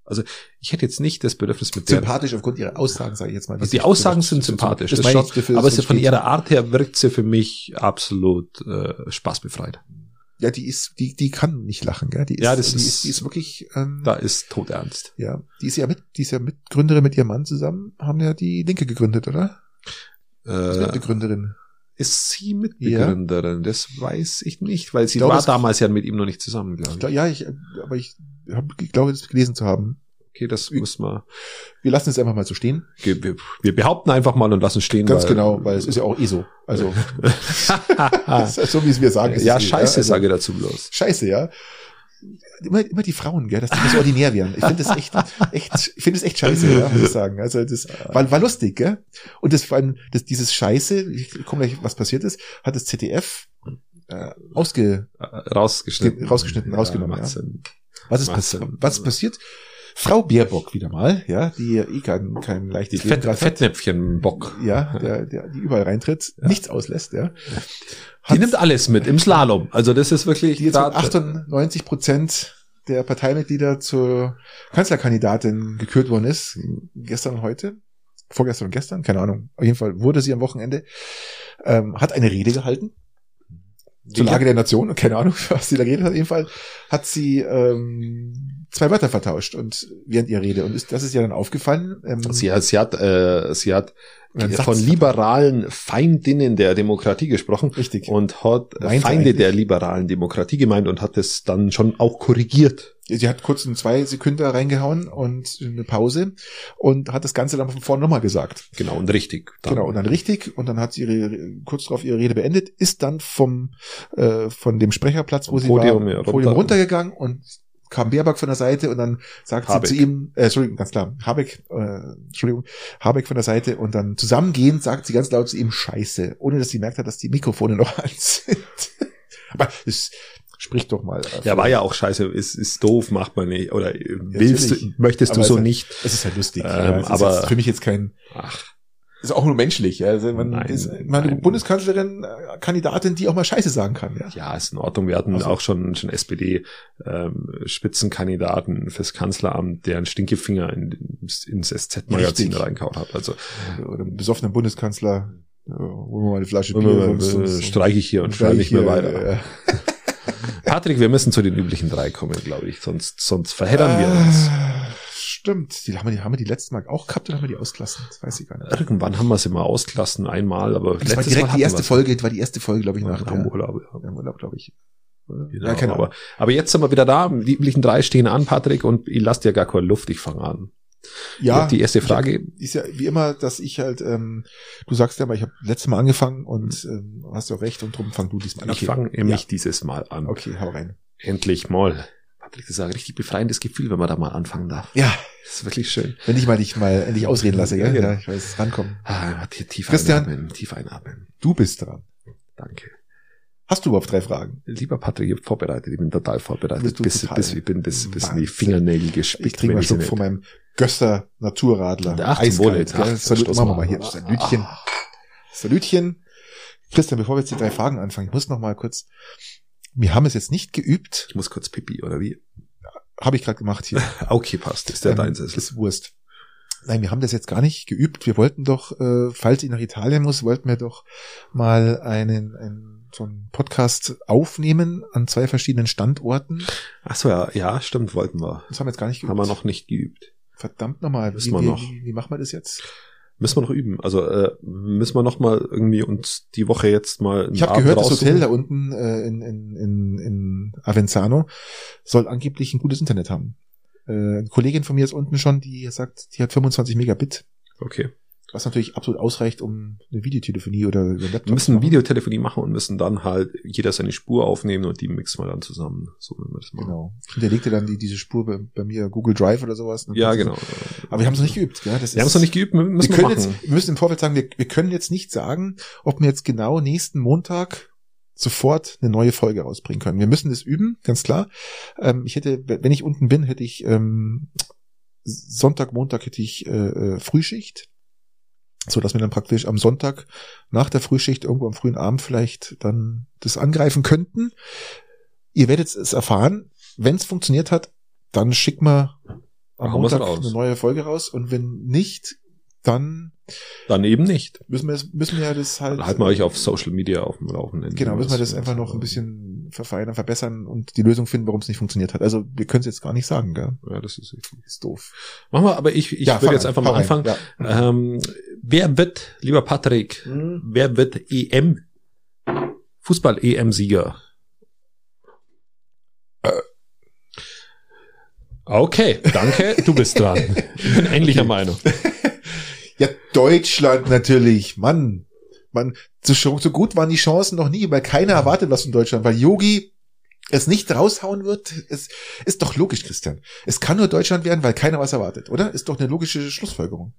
S1: Also ich hätte jetzt nicht das Bedürfnis mit der.
S2: sympathisch aufgrund ihrer Aussagen, sage ich jetzt mal.
S1: Also die Aussagen sind sympathisch, das
S2: meine ich,
S1: schon,
S2: dafür
S1: aber
S2: ist
S1: sie von
S2: steht-
S1: ihrer Art her wirkt sie für mich absolut äh, spaßbefreit.
S2: Ja, die ist, die, die kann nicht lachen, gell? Die ist,
S1: Ja, das
S2: die
S1: ist-
S2: ist, die ist wirklich, ähm,
S1: Da ist tot ernst.
S2: ja, die ist ja mit, die ist ja Mitgründerin mit ihrem Mann zusammen, haben ja die Linke gegründet, oder? Das ist
S1: Äh,
S2: Mitbegründerin.
S1: ist sie Mitbegründerin? Das weiß ich nicht, weil sie
S2: glaube,
S1: war
S2: es-
S1: damals ja mit ihm noch nicht zusammen, glaube
S2: Ich
S1: ich.
S2: glaub, ja, ich, äh, aber ich, hab, ich glaube, das gelesen zu haben.
S1: Okay, das
S2: Ich-
S1: müssen wir.
S2: Wir lassen es einfach mal so stehen.
S1: Ge- Wir, wir behaupten einfach mal und lassen stehen.
S2: Ganz genau, weil es ist ja auch eh so. Also, das ist so wie es wir sagen. ist
S1: Ah, ja,
S2: es eh,
S1: scheiße,
S2: Also,
S1: sage dazu bloß.
S2: Scheiße, ja. Immer, immer die Frauen, gell, dass die so ordinär werden. Ich finde das echt, echt, ich finde das echt scheiße, ja, muss ich sagen. Also das war, war lustig, gell? Und das vor allem, das, dieses Scheiße, ich komme gleich, was passiert ist, hat das ZDF äh, ausge,
S1: Äh, Rausgeschnitten.
S2: Rausgeschnitten, rausgenommen,
S1: macht
S2: ja.
S1: Sinn.
S2: was ist
S1: Was
S2: pass
S1: denn?
S2: was ist passiert? Frau Baerbock wieder mal, ja, die ja eh kein, kein
S1: Die
S2: leichtes
S1: Fett,
S2: gerade hat.
S1: Fettnäpfchen-Bock.
S2: Ja, der, der, die überall reintritt, nichts auslässt, ja.
S1: Die nimmt alles mit im Slalom. Also das ist wirklich
S2: die jetzt mit
S1: grad-
S2: 98 Prozent der Parteimitglieder zur Kanzlerkandidatin gekürt worden ist, gestern und heute, vorgestern und gestern, keine Ahnung. Auf jeden Fall wurde sie am Wochenende, ähm, hat eine Rede gehalten zur Lage der Nation, keine Ahnung, was sie da geredet hat. Jedenfalls hat sie ähm, zwei Wörter vertauscht und während ihrer Rede und ist, das ist ja dann aufgefallen. Ähm,
S1: Sie hat, sie hat, äh, sie hat
S2: einen Satz
S1: von liberalen Feindinnen der Demokratie gesprochen
S2: richtig.
S1: und hat
S2: Meint sie
S1: Feinde
S2: eigentlich?
S1: der liberalen Demokratie gemeint und hat es dann schon auch korrigiert.
S2: Sie hat kurz einen zwei Sekunden reingehauen und eine Pause und hat das Ganze dann von vorne nochmal gesagt.
S1: Genau und richtig. Dann-
S2: Genau, und dann richtig, und dann hat sie ihre, kurz darauf ihre Rede beendet, ist dann vom, äh, von dem Sprecherplatz, wo
S1: Vom
S2: sie
S1: Podium,
S2: war,
S1: ja, runter.
S2: Podium runtergegangen und kam Baerbock von der Seite und dann sagt
S1: Habeck.
S2: sie zu ihm, äh, Entschuldigung, ganz klar, Habeck, äh, Entschuldigung, Habeck von der Seite und dann zusammengehend sagt sie ganz laut zu ihm Scheiße, ohne dass sie merkt hat, dass die Mikrofone noch an sind. Aber es spricht doch mal.
S1: Ja, war ja auch scheiße, ist, ist doof, macht man nicht. Oder äh, willst du,
S2: natürlich.
S1: möchtest du
S2: Aber
S1: so
S2: es hat-
S1: nicht.
S2: Es ist halt lustig.
S1: Ähm,
S2: ja, es ist
S1: aber-
S2: jetzt für mich jetzt kein,
S1: Ach,
S2: ist auch nur menschlich. Ja. Also man
S1: Nein,
S2: ist meine
S1: nein.
S2: Bundeskanzlerin, äh, Kandidatin, die auch mal Scheiße sagen kann. Ja.
S1: ja, ist in Ordnung. Wir hatten
S2: Also-
S1: auch schon, schon SPD-Spitzenkandidaten ähm, fürs Kanzleramt, deren Stinkefinger in, ins SZ-Magazin
S2: Richtig.
S1: reingehauen hat. Also
S2: oder einen besoffenen Bundeskanzler, äh, holen wir mal eine Flasche Bier. sonst-
S1: äh,
S2: sonst-
S1: streiche ich hier und
S2: Streich
S1: schreibe nicht mehr
S2: hier,
S1: weiter.
S2: äh,
S1: Patrick, wir müssen zu den üblichen drei kommen, glaube ich. Sonst, sonst verheddern wir uns.
S2: äh, Stimmt, die haben, wir, die haben wir die letzten Mal auch gehabt oder haben wir die ausgelassen? Das weiß ich gar nicht.
S1: Irgendwann haben wir es immer ausklassen, einmal, aber
S2: Das war
S1: Äh, letztes
S2: direkt
S1: Mal
S2: die
S1: hatten
S2: erste
S1: wir's.
S2: Folge, das war die erste Folge, glaube ich,
S1: Nach
S2: nach
S1: dem
S2: der,
S1: Urlaub. ja.
S2: im Urlaub, glaube ich. Oder?
S1: Genau,
S2: ja, keine
S1: aber,
S2: Ahnung.
S1: aber jetzt sind wir wieder da. Die üblichen drei stehen an, Patrick, und ich lasse dir gar keine Luft. Ich fange an.
S2: Ja,
S1: die erste Frage.
S2: ist ja wie immer, dass ich halt, ähm, du sagst ja mal, ich habe letztes Mal angefangen und ähm, hast ja auch recht und drum fang du diesmal an.
S1: Hm. Ich fange nämlich dieses Mal an.
S2: Okay, hau rein.
S1: Endlich mal. Patrick, das ist ein richtig befreiendes Gefühl, wenn man da mal anfangen darf.
S2: Ja,
S1: Das ist wirklich schön.
S2: wenn ich mal dich mal endlich ausreden lasse,
S1: Ja,
S2: ja,
S1: genau.
S2: ja ich weiß, rankommen.
S1: Ah, tief tief
S2: Christian.
S1: einatmen, tief einatmen.
S2: Du bist dran.
S1: Danke.
S2: Hast du überhaupt drei Fragen?
S1: Lieber Patrick, ich bin vorbereitet, ich bin total
S2: Bist
S1: vorbereitet.
S2: du
S1: Bis,
S2: total
S1: bis, ich bin bis, bis in die
S2: Wahnsinn.
S1: Fingernägel
S2: Ich,
S1: gespickt.
S2: trinke
S1: wenn
S2: mal
S1: ich sie
S2: Schluck
S1: nicht-
S2: von meinem Gösser Naturradler.
S1: Ach, zum Wohle.
S2: Eiskalt,
S1: Ach,
S2: gell? Salut,
S1: stoß
S2: machen wir
S1: mal.
S2: mal hier.
S1: Ah.
S2: Salütchen. Salütchen. Christian, bevor wir jetzt die drei Fragen anfangen, ich muss noch mal kurz, wir haben es jetzt nicht geübt,
S1: Ich muss kurz pipi, oder wie?
S2: habe ich gerade gemacht hier.
S1: Okay, passt. Ist der
S2: Ähm,
S1: deins ist.
S2: Ist Wurst. Nein, wir haben das jetzt gar nicht geübt. Wir wollten doch, äh, falls ich nach Italien muss, wollten wir doch mal einen, einen so einen Podcast aufnehmen an zwei verschiedenen Standorten.
S1: Ach so, ja, ja, stimmt, wollten wir.
S2: Das haben wir jetzt gar nicht geübt.
S1: Haben wir noch nicht geübt.
S2: Verdammt nochmal,
S1: Müssen
S2: wie,
S1: wir
S2: wie,
S1: noch.
S2: wie, wie machen wir das jetzt?
S1: Müssen wir noch üben. Also äh, müssen wir noch mal irgendwie uns die Woche jetzt mal einen
S2: Ich habe
S1: Abend
S2: gehört, das
S1: raussuchen.
S2: Hotel da unten äh, in, in, in, in Avenzano soll angeblich ein gutes Internet haben. Äh, eine Kollegin von mir ist unten schon, die sagt, die hat 25 Megabit,
S1: Okay.
S2: was natürlich absolut ausreicht, um eine Videotelefonie oder über den Laptop
S1: Wir
S2: zu
S1: müssen
S2: machen.
S1: Videotelefonie machen und müssen dann halt jeder seine Spur aufnehmen und die mixen wir dann zusammen. So wenn wir das machen.
S2: Genau. Und der legte dann die, diese Spur bei, bei mir Google Drive oder sowas. Und dann
S1: Ja,
S2: kannst du-
S1: genau.
S2: Aber wir haben es noch nicht geübt, ja? Das
S1: Wir haben es noch nicht geübt, müssen
S2: wir
S1: wir,
S2: können
S1: machen.
S2: jetzt, wir müssen im Vorfeld sagen, wir, wir können jetzt nicht sagen, ob wir jetzt genau nächsten Montag sofort eine neue Folge rausbringen können. Wir müssen das üben, ganz klar. Ähm, ich hätte, wenn ich unten bin, hätte ich ähm, Sonntag, Montag hätte ich äh, Frühschicht, so dass wir dann praktisch am Sonntag nach der Frühschicht irgendwo am frühen Abend vielleicht dann das angreifen könnten. Ihr werdet es erfahren. Wenn es funktioniert hat, dann schickt mal am
S1: Machen wir's
S2: Montag
S1: raus.
S2: eine neue Folge raus und wenn nicht, dann
S1: Dann eben nicht.
S2: müssen wir, es- müssen wir ja das halt.
S1: Dann halten wir euch auf Social Media auf dem Laufenden.
S2: Genau, müssen wir das einfach noch ein bisschen verfeinern, verbessern und die Lösung finden, warum es nicht funktioniert hat. Also wir können es jetzt gar nicht sagen, gell?
S1: Ja, das ist richtig.
S2: Ist doof.
S1: Machen wir, aber ich, ich
S2: Ja, fang
S1: würde jetzt
S2: an,
S1: einfach mal
S2: fang
S1: anfangen.
S2: an,
S1: Ähm, wer wird, lieber Patrick,
S2: Ja.
S1: wer wird E EM, Fußball-EM-Sieger? Äh. Okay, danke, du bist dran. Ich bin ähnlicher Meinung.
S2: ja, Deutschland natürlich, Mann. Man, so, schon- so gut waren die Chancen noch nie, weil keiner erwartet was von Deutschland, weil Yogi es nicht raushauen wird, es ist doch logisch, Christian. Es kann nur Deutschland werden, weil keiner was erwartet, oder? Ist doch eine logische Schlussfolgerung.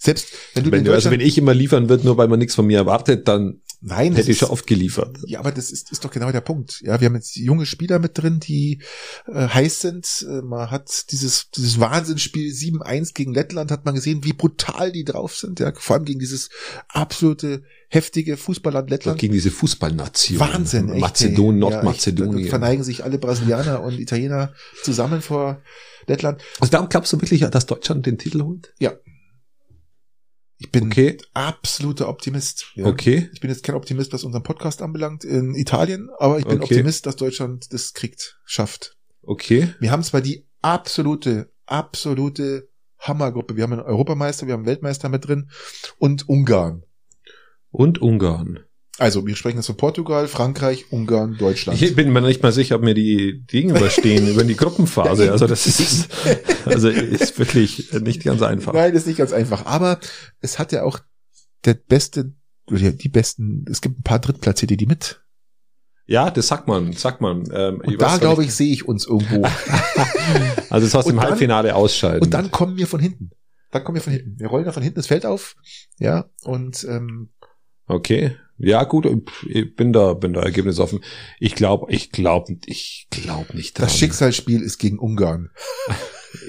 S2: Selbst wenn du
S1: Wenn,
S2: den
S1: du- also wenn
S2: Deutschland,
S1: ich immer liefern würde, nur weil man nichts von mir erwartet, dann
S2: nein, das
S1: hätte ich
S2: ist-
S1: schon oft geliefert.
S2: Ja, aber das ist, ist doch genau der Punkt. Ja, wir haben jetzt junge Spieler mit drin, die äh, heiß sind. Äh, man hat dieses, dieses Wahnsinnsspiel 7-1 gegen Lettland, hat man gesehen, wie brutal die drauf sind. Ja, vor allem gegen dieses absolute, heftige Fußballland Lettland.
S1: Gegen diese Fußballnation.
S2: Wahnsinn, echt.
S1: Mazedon,
S2: ey. Ja, echt. Da
S1: Nordmazedonien.
S2: verneigen sich alle Brasilianer und Italiener zusammen vor Lettland.
S1: also darum glaubst du wirklich, dass Deutschland den Titel holt?
S2: Ich bin
S1: Okay,
S2: absoluter Optimist. ja.
S1: okay.
S2: Ich bin jetzt kein Optimist, was unseren Podcast anbelangt in Italien, aber ich bin
S1: Okay.
S2: Optimist, dass Deutschland das kriegt, schafft.
S1: Okay.
S2: Wir haben zwar die absolute, absolute Hammergruppe. Wir haben einen Europameister, wir haben einen Weltmeister mit drin und Ungarn.
S1: Und Ungarn.
S2: Also, wir sprechen jetzt von Portugal, Frankreich, Ungarn, Deutschland.
S1: Ich bin mir nicht mal sicher, ob mir die gegenüberstehen über die Gruppenphase. Also das ist, also ist wirklich nicht ganz einfach.
S2: Nein, das ist nicht ganz einfach. Aber es hat ja auch der beste, oder ja, die besten, es gibt ein paar Drittplatzierte, die mit.
S1: Ja, das sagt man, sagt man. Ähm,
S2: Und da, glaube ich, sehe ich uns irgendwo.
S1: ich. Also es aus
S2: und
S1: dem
S2: dann-
S1: Halbfinale ausscheiden.
S2: Und dann kommen wir von hinten. Dann kommen wir von hinten. Wir rollen da von hinten das Feld auf. Ja, und ähm,
S1: Okay. Ja, gut, ich bin da, bin da ergebnisoffen. Ich glaube, ich glaube, ich glaube nicht dran.
S2: das Schicksalsspiel ist gegen Ungarn.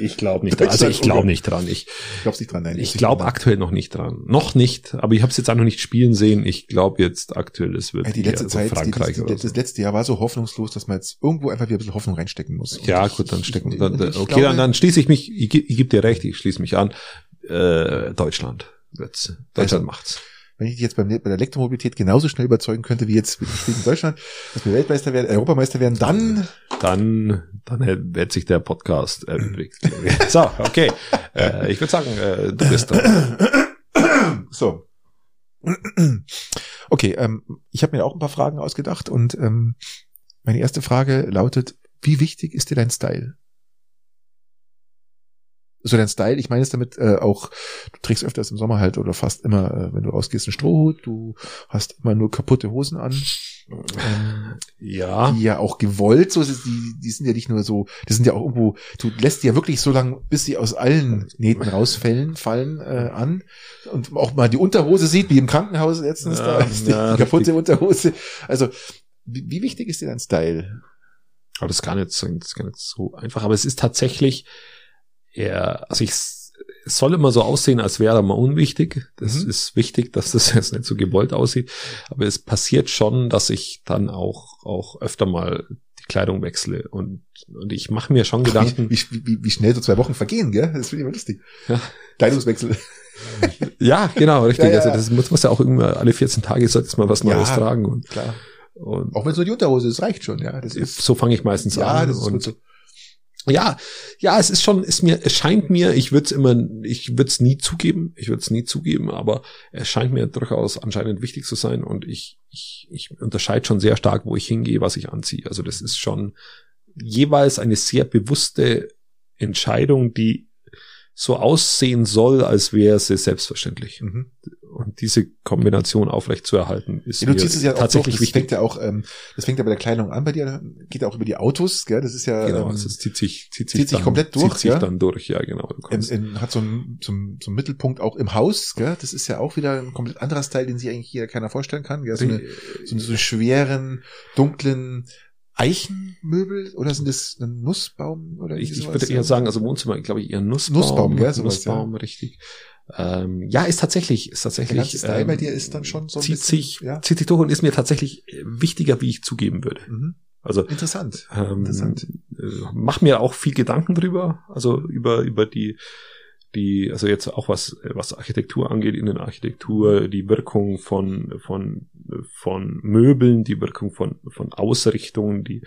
S1: Ich glaube nicht dran. Also ich glaube nicht dran. Ich,
S2: Ich glaube nicht dran. Nein,
S1: ich glaube aktuell noch nicht dran. Noch nicht, aber ich habe es jetzt auch noch nicht spielen sehen. Ich glaube jetzt aktuell, es wird
S2: Ja, Äh, die
S1: eher
S2: letzte
S1: so
S2: Zeit, die,
S1: also Frankreich
S2: die,
S1: oder
S2: die,
S1: so.
S2: das letzte Jahr war so hoffnungslos, dass man jetzt irgendwo einfach wieder ein bisschen Hoffnung reinstecken muss. Und
S1: Ja,
S2: ich-
S1: gut, dann
S2: ich-
S1: stecken.
S2: ich-
S1: Dann,
S2: und
S1: dann-
S2: ich
S1: okay,
S2: glaube,
S1: dann, dann schließe ich mich, ich, ge- ich gebe dir recht, ich schließe mich an. Äh, Deutschland wird's. Deutschland
S2: Also-
S1: macht's.
S2: Wenn ich dich jetzt beim, bei der Elektromobilität genauso schnell überzeugen könnte, wie jetzt mit dem Spiel in Deutschland, dass wir Weltmeister werden, Europameister werden, dann
S1: Dann, dann hält- wird sich der Podcast erübrigt. so, okay. Äh, ich würde sagen, äh, du bist dran.
S2: so. Okay, ähm, ich habe mir auch ein paar Fragen ausgedacht und ähm, meine erste Frage lautet, wie wichtig ist dir dein Style? So dein Style, ich meine es damit äh, auch, du trägst öfters im Sommer halt oder fast immer, äh, wenn du rausgehst, einen Strohhut, du hast immer nur kaputte Hosen an, ähm,
S1: Ja.
S2: die ja auch gewollt, so ist es, die, die sind ja nicht nur so, die sind ja auch irgendwo, du lässt die ja wirklich so lange, bis sie aus allen Nähten rausfallen, fallen äh, an und auch mal die Unterhose sieht, wie im Krankenhaus letztens
S1: Ja,
S2: da, ist die
S1: ja,
S2: kaputte
S1: richtig.
S2: Unterhose. Also, wie, wie wichtig ist dir dein Style?
S1: Aber das ist gar nicht, so- das ist gar nicht so einfach. Aber es ist tatsächlich eher, also ich, es soll immer so aussehen, als wäre er mal unwichtig. Das
S2: Mhm.
S1: ist wichtig, dass das jetzt nicht so gewollt aussieht. Aber es passiert schon, dass ich dann auch, auch öfter mal die Kleidung wechsle. Und, und ich mache mir schon Gedanken.
S2: Wie, wie, wie, wie schnell so zwei Wochen vergehen, gell? Das finde ich immer lustig.
S1: Ja.
S2: Kleidungswechsel.
S1: ja, genau, richtig.
S2: Ja, ja,
S1: Also
S2: ja.
S1: das muss, muss ja auch irgendwann alle 14 Tage solltest mal was Neues
S2: Ja.
S1: tragen. Und,
S2: Klar.
S1: und äh,
S2: Auch wenn es nur die Unterhose ist, reicht schon, ja. Das ist,
S1: so fange ich meistens an.
S2: ja, das ist
S1: und
S2: gut so.
S1: Ja, ja, es ist schon, ist mir, es scheint mir, ich würde es immer, ich würde es nie zugeben, ich würde es nie zugeben, aber es scheint mir durchaus anscheinend wichtig zu sein und ich, ich, ich unterscheide schon sehr stark, wo ich hingehe, was ich anziehe. Also das ist schon jeweils eine sehr bewusste Entscheidung, die so aussehen soll, als wäre sie selbstverständlich.
S2: Mhm.
S1: Und diese Kombination aufrecht zu erhalten, ist
S2: Ja, du
S1: mir
S2: ziehst es ja auch
S1: tatsächlich
S2: durch. Das fängt
S1: wichtig.
S2: ja auch, ähm, das fängt ja bei der Kleidung an bei dir, geht ja auch über die Autos, gell? Das ist ja,
S1: Genau,
S2: ähm,
S1: also es zieht sich, zieht sich,
S2: zieht sich komplett durch,
S1: zieht sich
S2: ja?
S1: dann durch, ja genau. Du
S2: in,
S1: kannst-
S2: in, hat so einen, so, einen, so einen Mittelpunkt auch im Haus, gell? Das ist ja auch wieder ein komplett anderer Style, den sich eigentlich hier keiner vorstellen kann, gell? So, eine, so, eine, so einen schweren, dunklen Eichenmöbel oder sind das ein Nussbaum oder
S1: Ich,
S2: irgendwie
S1: ich
S2: sowas?
S1: würde eher sagen, also Wohnzimmer, glaube ich, eher Nussbaum.
S2: Nussbaum, gell, sowas,
S1: Nussbaum, richtig. Ähm, ja, ist tatsächlich, ist
S2: der ganze
S1: tatsächlich.
S2: Style
S1: ähm,
S2: bei dir ist dann schon so ein
S1: zieht
S2: bisschen,
S1: sich,
S2: ja.
S1: zieht sich durch und ist mir tatsächlich äh, wichtiger, wie ich zugeben würde.
S2: Mhm.
S1: Also
S2: Interessant.
S1: ähm,
S2: Interessant.
S1: äh, mach mir auch viel Gedanken drüber, also über über die die also jetzt auch was äh, was Architektur angeht, Innenarchitektur, die Wirkung von von von Möbeln, die Wirkung von von Ausrichtungen, die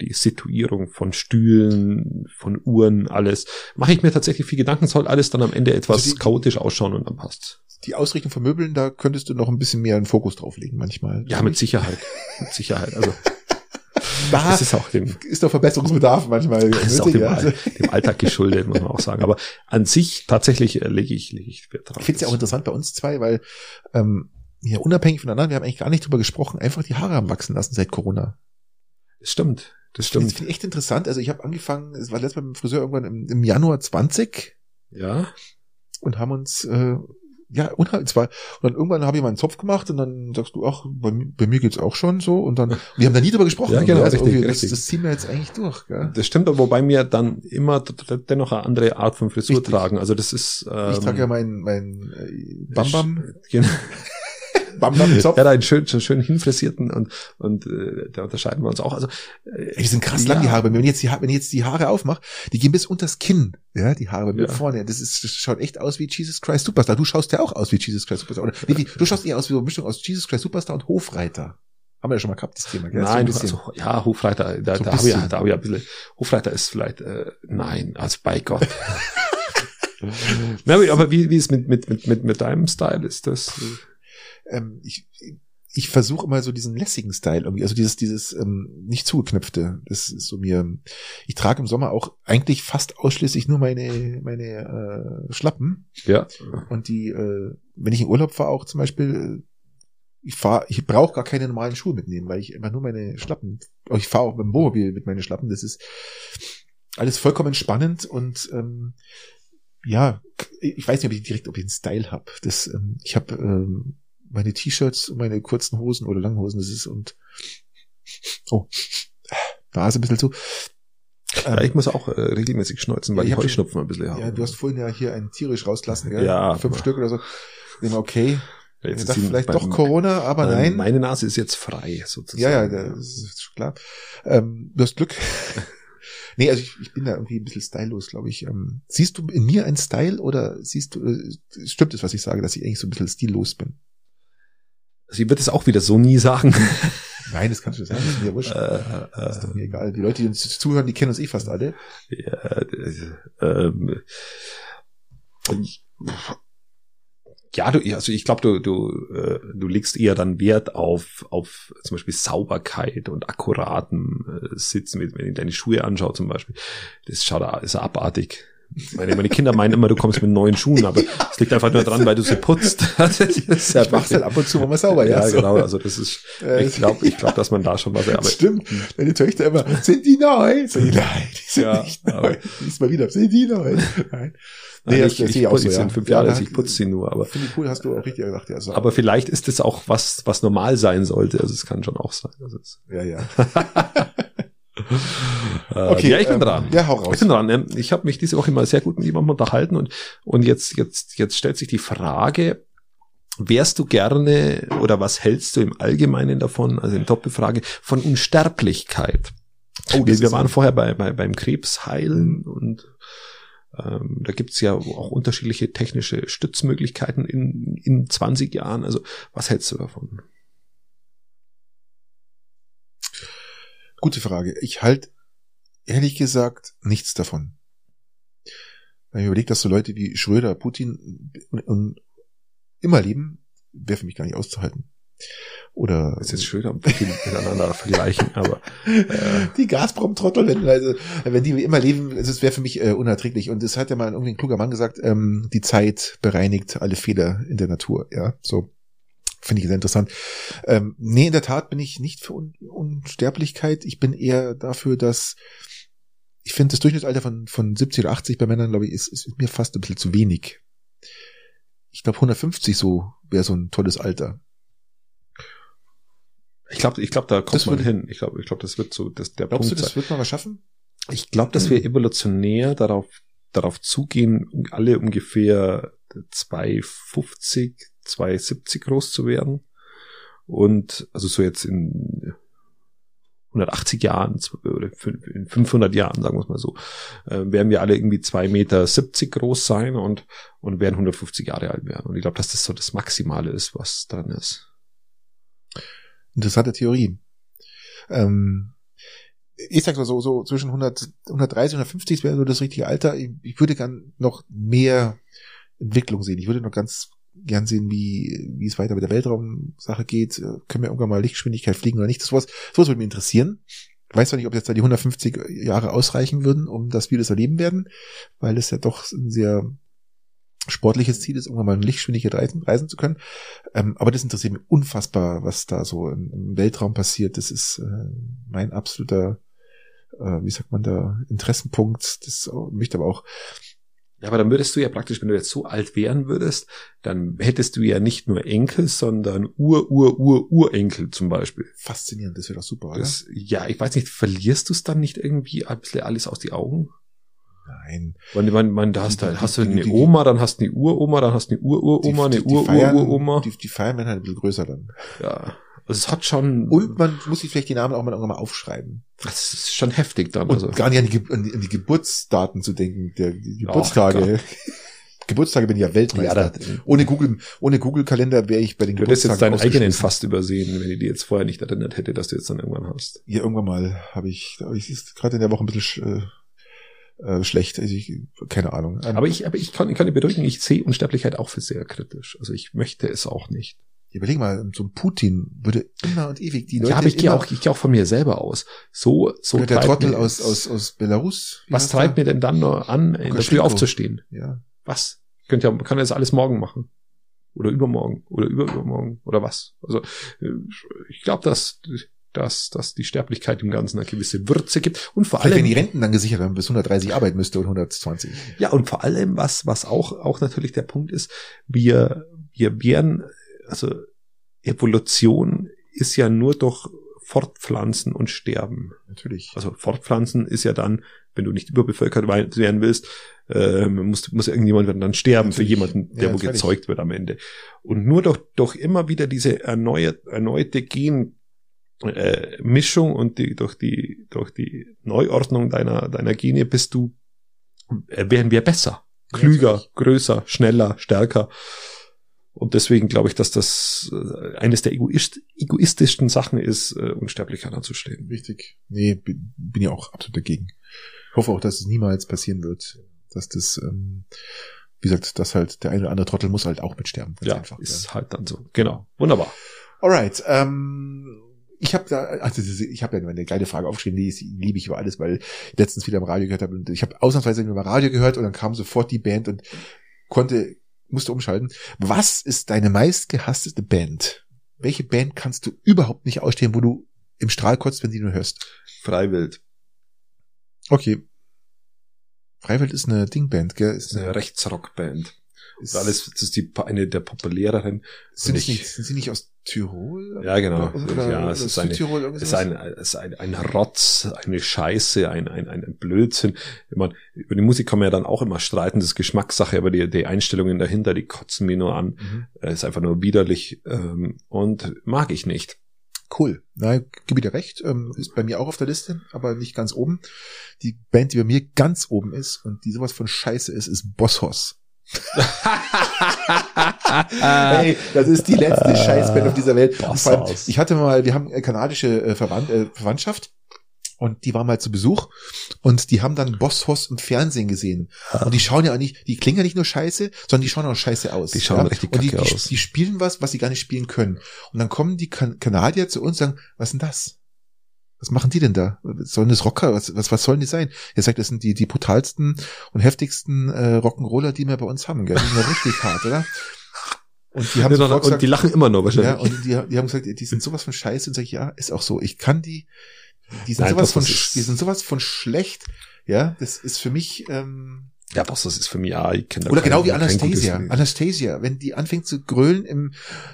S1: die Situierung von Stühlen, von Uhren, alles mache ich mir tatsächlich viel Gedanken. Soll alles dann am Ende etwas
S2: Also die-
S1: chaotisch ausschauen und dann passt.
S2: Die Ausrichtung von Möbeln, da könntest du noch ein bisschen mehr einen Fokus drauf legen manchmal.
S1: Ja, mit Sicherheit, mit Sicherheit. Also
S2: da
S1: das
S2: ist,
S1: ist auch dem
S2: doch Verbesserungsbedarf manchmal.
S1: Das ist auch
S2: nötig,
S1: dem,
S2: also.
S1: All, dem Alltag geschuldet, muss man auch sagen. Aber an sich tatsächlich äh, lege ich, lege ich Wert drauf.
S2: Ich finde es ja auch interessant bei uns zwei, weil ähm, ja, unabhängig voneinander, wir haben eigentlich gar nicht drüber gesprochen, einfach die Haare haben wachsen lassen seit Corona.
S1: Das stimmt, das
S2: Das
S1: stimmt.
S2: finde ich echt interessant. Also ich habe angefangen, es war letztes Mal mit dem Friseur irgendwann im, im Januar 20
S1: Ja,
S2: und haben uns äh, ja unheimlich zwar und dann irgendwann habe ich meinen Zopf gemacht und dann sagst du ach bei, mi- bei mir geht's auch schon so und dann wir haben da nie drüber gesprochen
S1: Ja, genau,
S2: also
S1: richtig,
S2: irgendwie,
S1: richtig.
S2: Das, das ziehen wir jetzt eigentlich durch gell?
S1: das stimmt, aber wobei mir dann immer d- d- dennoch eine andere Art von Frisur
S2: Richtig.
S1: tragen. Also das ist. Ähm,
S2: ich trage ja meinen mein, äh, Bam Bam
S1: Genau.
S2: Bam Bam Zopf
S1: Ja, da einen schön, schön, schön hinfrisierten und, und äh, da unterscheiden wir uns auch. Also
S2: Ey, die sind krass lang, die
S1: Ja.
S2: Haare bei mir. Wenn ich jetzt die, Ha- wenn ich jetzt die Haare aufmache, die gehen bis unters Kinn, ja, die Haare bei mir
S1: Ja.
S2: vorne. Das, ist, das schaut echt aus wie Jesus Christ Superstar. Du schaust ja auch aus wie Jesus Christ Superstar. Oder, nee, wie, du schaust eher aus wie so eine Mischung aus Jesus Christ Superstar und Hofreiter. Haben wir ja schon mal gehabt, das Thema. Gell?
S1: Nein,
S2: so ein bisschen.
S1: also, ja, Hofreiter, da,
S2: So ein
S1: da habe ich, ja-
S2: bisschen.
S1: da hab ich ja ein bisschen, Hofreiter ist vielleicht, äh, nein, also bei Gott. Na, aber- aber wie, wie ist mit, mit, mit, mit, mit deinem Style? Ist das?
S2: ähm, ich, ich versuche immer so diesen lässigen Style irgendwie, also dieses, dieses ähm, nicht zugeknöpfte. Das ist so mir. Ich trage im Sommer auch eigentlich fast ausschließlich nur meine, meine äh, Schlappen.
S1: Ja.
S2: Und die, äh, wenn ich in Urlaub fahre, auch zum Beispiel, äh, ich fahre, ich brauche gar keine normalen Schuhe mitnehmen, weil ich einfach nur meine Schlappen, oh, ich fahre auch beim Wohnmobil mit meinen Schlappen, das ist alles vollkommen spannend und ähm, ja, ich weiß nicht, ob ich direkt, ob ich einen Style habe. Das, ähm, ich habe ähm, meine T-Shirts und meine kurzen Hosen oder langen Hosen, das ist und oh, Nase ein bisschen zu.
S1: Ja,
S2: Ähm,
S1: ich muss auch äh, regelmäßig schneuzen, weil
S2: ich
S1: ich
S2: hab schon-
S1: Heuschnupfen ein bisschen habe.
S2: ja, du hast vorhin ja hier einen tierisch rauslassen, gell?
S1: Ja.
S2: Fünf Stück oder so. Ich denk, Okay,
S1: Jetzt
S2: ich
S1: ist
S2: dachte
S1: sie
S2: vielleicht
S1: beim-
S2: doch Corona, aber
S1: äh,
S2: nein.
S1: Meine Nase ist jetzt frei, sozusagen.
S2: Ja, ja, das ist schon klar. Ähm, du hast Glück. nee, also ich, ich bin da irgendwie ein bisschen stylos, glaube ich. Ähm, siehst du in mir einen Style oder siehst du, äh, stimmt es, was ich sage, dass ich eigentlich so ein bisschen stillos bin?
S1: Sie wird es auch wieder so nie sagen.
S2: Nein, das kannst du nicht sagen, das ist mir
S1: äh,
S2: wurscht. Das ist doch
S1: äh,
S2: mir egal. Die Leute, die uns zuhören, die kennen uns eh fast alle.
S1: ja, äh, ähm, ja, du, also ich glaube, du, du, äh, du legst eher dann Wert auf, auf zum Beispiel Sauberkeit und akkuraten äh, Sitzen, wenn wenn ich deine Schuhe anschaue zum Beispiel. Das schaut, a- ist abartig. Meine, meine Kinder meinen immer, du kommst mit neuen Schuhen, aber es liegt einfach nur dran, weil du sie putzt. Das ist ja
S2: Ich mach's halt ab und zu mal sauber, ja.
S1: ja,
S2: so.
S1: genau. Also das ist,
S2: Äh,
S1: ich glaube, ich glaub, dass man da schon was. Aber
S2: Stimmt, deine Töchter immer, sind die neu? Sind die, nein, die sind
S1: Ja,
S2: nicht
S1: aber-
S2: neu. Diesmal wieder, sind die neu?
S1: Nein,
S2: Nein. das-
S1: ich,
S2: das
S1: ich,
S2: sehe
S1: ich
S2: auch so,
S1: putze sie
S2: ja.
S1: in fünf Jahren,
S2: Ja,
S1: also
S2: da-
S1: ich putze sie nur. Aber,
S2: Finde ich cool, hast du auch richtig gesagt. Ja, so.
S1: aber vielleicht ist das auch was, was normal sein sollte. Also es kann schon auch sein. Also es,
S2: ja, ja.
S1: äh, ja, ich bin
S2: ähm,
S1: dran.
S2: Ja, hau raus.
S1: Ich bin dran. Ähm, Ich habe mich diese Woche mal sehr gut mit jemandem unterhalten und, und jetzt, jetzt, jetzt stellt sich die Frage, wärst du gerne oder was hältst du im Allgemeinen davon, also in Doppelfrage, von Unsterblichkeit?
S2: Oh,
S1: wir, wir
S2: ist-
S1: waren vorher bei, bei, beim Krebsheilen und ähm, da gibt's ja auch unterschiedliche technische Stützmöglichkeiten in, in 20 Jahren. Also was hältst du davon?
S2: Gute Frage. Ich halt ehrlich gesagt nichts davon. Wenn ich überlege, dass so Leute wie Schröder, Putin und, und immer leben, wäre für mich gar nicht auszuhalten. Oder
S1: Das ist jetzt schön, am Putin miteinander vergleichen, aber
S2: die Gazprom-Trottel, wenn, also, wenn die immer leben, also es wäre für mich äh, unerträglich. Und es hat ja mal irgendwie ein kluger Mann gesagt, ähm, die Zeit bereinigt alle Fehler in der Natur. Ja, so finde ich sehr interessant. Ähm, nee, in der Tat bin ich nicht für Un Unsterblichkeit. Ich bin eher dafür, dass ich finde, das Durchschnittsalter von, von 70 oder 80 bei Männern, glaube ich, ist, ist mir fast ein bisschen zu wenig. Ich glaube, 150 so wäre so ein tolles Alter.
S1: Ich glaube, ich glaub, da kommt
S2: Das
S1: man
S2: würde-
S1: hin. Ich glaube, ich glaub, das wird so das, der
S2: Glaubst
S1: Punkt
S2: du, das Mhm.
S1: sein.
S2: wird man was schaffen?
S1: Ich glaube, dass wir evolutionär darauf, darauf zugehen, alle ungefähr 250, 270 groß zu werden. Und also so jetzt in 180 Jahren oder fün- in 500 Jahren, sagen wir es mal so, äh, werden wir alle irgendwie 2,70 Meter groß sein und, und werden 150 Jahre alt werden. Und ich glaube, dass das so das Maximale ist, was dran ist.
S2: Interessante Theorie. Ähm, ich sag's mal so, so zwischen 100, 130 und 150 wäre so das richtige Alter. Ich, ich würde gern noch mehr Entwicklung sehen. Ich würde noch ganz gern sehen, wie, wie es weiter mit der Weltraumsache geht. Äh, Können wir irgendwann mal Lichtgeschwindigkeit fliegen oder nicht? Das sowas, sowas würde mich interessieren. Ich weiß zwar nicht, ob jetzt da die 150 Jahre ausreichen würden, um dass wir das erleben werden, weil es ja doch ein sehr sportliches Ziel ist, irgendwann mal in Lichtgeschwindigkeit reisen, reisen zu können. Ähm, aber das interessiert mich unfassbar, was da so im, im Weltraum passiert. Das ist äh, mein absoluter, äh, wie sagt man da, Interessenpunkt. Das möchte aber auch,
S1: Ja, aber dann würdest du ja praktisch, wenn du jetzt so alt werden würdest, dann hättest du ja nicht nur Enkel, sondern Ur, Ur, Ur, Urenkel zum Beispiel.
S2: faszinierend. Das wäre doch super, oder?
S1: Das, ja, ich weiß nicht, verlierst du es dann nicht irgendwie ein bisschen alles aus die Augen?
S2: Nein.
S1: Weil man, man, da hast du, halt, hast du eine Oma, dann hast du eine Uroma, dann hast du eine Ururoma, eine
S2: feiern,
S1: Urururoma.
S2: die, die feiern werden halt ein bisschen größer dann.
S1: Ja. Also es hat schon,
S2: Und man muss sich vielleicht die Namen auch mal irgendwann mal aufschreiben.
S1: das ist schon heftig dann.
S2: Und
S1: Also,
S2: gar nicht an die, Ge- an die, an die Geburtsdaten zu denken, der, die
S1: Ach,
S2: Geburtstage. Geburtstage bin ich ja
S1: ja,
S2: Weltmeister.
S1: da,
S2: ohne Google, ohne Google-Kalender wäre ich bei den
S1: du hättest jetzt deinen eigenen
S2: ausgeschlossen.
S1: fast übersehen, wenn ich die jetzt vorher nicht erinnert hätte, dass du jetzt dann irgendwann hast.
S2: Ja, irgendwann mal habe ich, aber ich ist gerade in der Woche ein bisschen sch, äh, äh, schlecht. Also ich, keine Ahnung. Ähm,
S1: Aber ich, aber ich kann, ich kann dir beruhigen, ich sehe Unsterblichkeit auch für sehr kritisch. Also ich möchte es auch nicht.
S2: überleg mal, so ein Putin würde immer und ewig die Leute.
S1: ja, aber ich gehe
S2: immer-
S1: auch, ich gehe auch von mir selber aus. So, so
S2: Ja, der
S1: treibt
S2: Trottel
S1: mir-
S2: aus, aus, aus Belarus. Wie
S1: Was
S2: heißt
S1: treibt
S2: er?
S1: mir denn dann noch an, in der Früh
S2: Lukaschenko.
S1: aufzustehen?
S2: Ja.
S1: Was? Ich könnte ja, man kann jetzt alles morgen machen. Oder übermorgen. Oder überübermorgen. Oder was? Also, äh, ich glaube, dass, dass, dass die Sterblichkeit im Ganzen eine gewisse Würze gibt. Und vor
S2: Vielleicht
S1: allem,
S2: wenn die Renten dann gesichert werden, bis 130 arbeiten müsste und 120.
S1: Ja, und vor allem, was, was auch, auch natürlich der Punkt ist, wir, wir werden, also Evolution ist ja nur durch Fortpflanzen und Sterben.
S2: Natürlich.
S1: Also Fortpflanzen ist ja dann, wenn du nicht überbevölkert wei- werden willst, äh, muss, muss irgendjemand dann sterben für
S2: Natürlich.
S1: jemanden, der
S2: Ja,
S1: wo
S2: natürlich.
S1: gezeugt wird am Ende. Und nur durch, durch immer wieder diese erneuert, erneute Gen äh, Mischung und die, durch die durch die Neuordnung deiner deiner Gene bist du äh, werden wir besser,
S2: Ja,
S1: klüger,
S2: natürlich.
S1: größer, schneller, stärker. Und deswegen glaube ich, dass das äh, eines der egoist, egoistischsten Sachen ist, äh, unsterblich anzustehen.
S2: Richtig. Nee, bin, bin ja auch absolut dagegen. Ich hoffe auch, dass es niemals passieren wird, dass das, ähm, wie gesagt, dass halt der eine oder andere Trottel muss halt auch mitsterben. ganz
S1: Ja,
S2: einfach,
S1: ist halt dann so. Genau. Wunderbar.
S2: Alright, ähm, ich habe da, also das ist- ich habe ja eine geile Frage aufgeschrieben, die ist- die liebe ich über alles, weil ich letztens wieder im Radio gehört habe und ich habe ausnahmsweise mal Radio gehört und dann kam sofort die Band und konnte, musste umschalten. Was ist deine meistgehasste Band? Welche Band kannst du überhaupt nicht ausstehen, wo du im Strahl kotzt, wenn du die nur hörst?
S1: Freiwild.
S2: Okay. Freiwild ist eine Dingband, gell?
S1: Das ist eine Rechtsrockband. Das
S2: ist,
S1: ist alles, das ist die, eine der populäreren.
S2: sind,
S1: nicht-
S2: sie nicht, sind sie nicht aus Tirol?
S1: Ja, genau.
S2: Oder, oder,
S1: Ja,
S2: oder
S1: es ist eine-
S2: Südtirol,
S1: Es
S2: irgendwie
S1: ist
S2: sowas?
S1: ein, es ist ein, ein Rotz, eine Scheiße, ein, ein, ein Blödsinn. Ich meine, über die Musik kann man ja dann auch immer streiten, das ist Geschmackssache, aber die, die Einstellungen dahinter, die kotzen mir nur an.
S2: Mhm.
S1: Es ist einfach nur widerlich ähm, und mag ich nicht.
S2: Cool. Na, gib dir recht. Ähm, ist bei mir auch auf der Liste, aber nicht ganz oben. Die Band, die bei mir ganz oben ist und die sowas von scheiße ist, ist Bosshaus. Hey, das ist die letzte
S1: Äh,
S2: Scheißband auf dieser Welt. Und
S1: Ah. Bosshaus.
S2: vor allem, ich hatte mal, wir haben äh, kanadische äh, Verwandt, äh, Verwandtschaft und die waren mal zu Besuch und die haben dann Bosshaus im Fernsehen gesehen.
S1: Ja.
S2: Und die schauen ja auch nicht, die klingen ja nicht nur scheiße, sondern die schauen auch scheiße aus.
S1: Die schauen
S2: ja?
S1: richtig
S2: und die,
S1: kacke
S2: die,
S1: aus.
S2: die spielen was, was sie gar nicht spielen können. Und dann kommen die kan Kanadier zu uns und sagen, was denn das? Was machen die denn da? Sollen das Rocker? Was, was, was sollen die sein? Er sagt, das sind die, die brutalsten und heftigsten äh, Rock'n'Roller, die wir bei uns haben. Gell? Die sind ja richtig hart, oder? Und die haben
S1: und,
S2: sofort gesagt,
S1: die lachen immer noch wahrscheinlich.
S2: ja, und die, die haben gesagt, die sind sowas von scheiße und sag ich, ja, ist auch so. Ich kann die, die sind
S1: Nein, das
S2: sowas von,
S1: ist-
S2: sch- die sind sowas von schlecht. Ja, das ist für mich, ähm,
S1: Ja, was das ist für mich auch, ich kenne da
S2: Oder
S1: kein-
S2: genau wie
S1: kein
S2: Anastasia.
S1: gutes-
S2: Anastasia, wenn die anfängt zu grölen im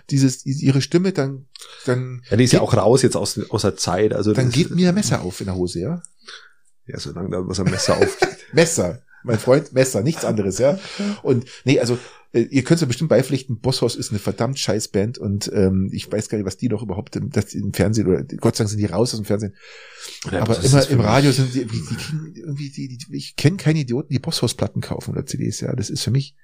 S2: dieses ihre Stimme, dann dann
S1: Ja, die ist ja
S2: Geht-
S1: auch raus jetzt aus, aus der Zeit. Also
S2: dann
S1: das-
S2: geht mir ein Messer auf in der Hose, ja?
S1: Ja, solange da was am Messer aufgeht.
S2: Messer. Mein Freund, Messer, nichts anderes, ja. Und nee, also äh, ihr könnt es ja bestimmt beipflichten, Bosshaus ist eine verdammt scheiß Band und ähm, ich weiß gar nicht, was die noch überhaupt im, das im Fernsehen oder Gott sei Dank sind die raus aus dem Fernsehen.
S1: Ja,
S2: aber
S1: was ist das
S2: immer
S1: für
S2: im
S1: ein-
S2: Radio sind die, die, die kriegen irgendwie die, die ich kenne keine Idioten, die Bosshausplatten kaufen oder CDs, ja. Das ist für mich.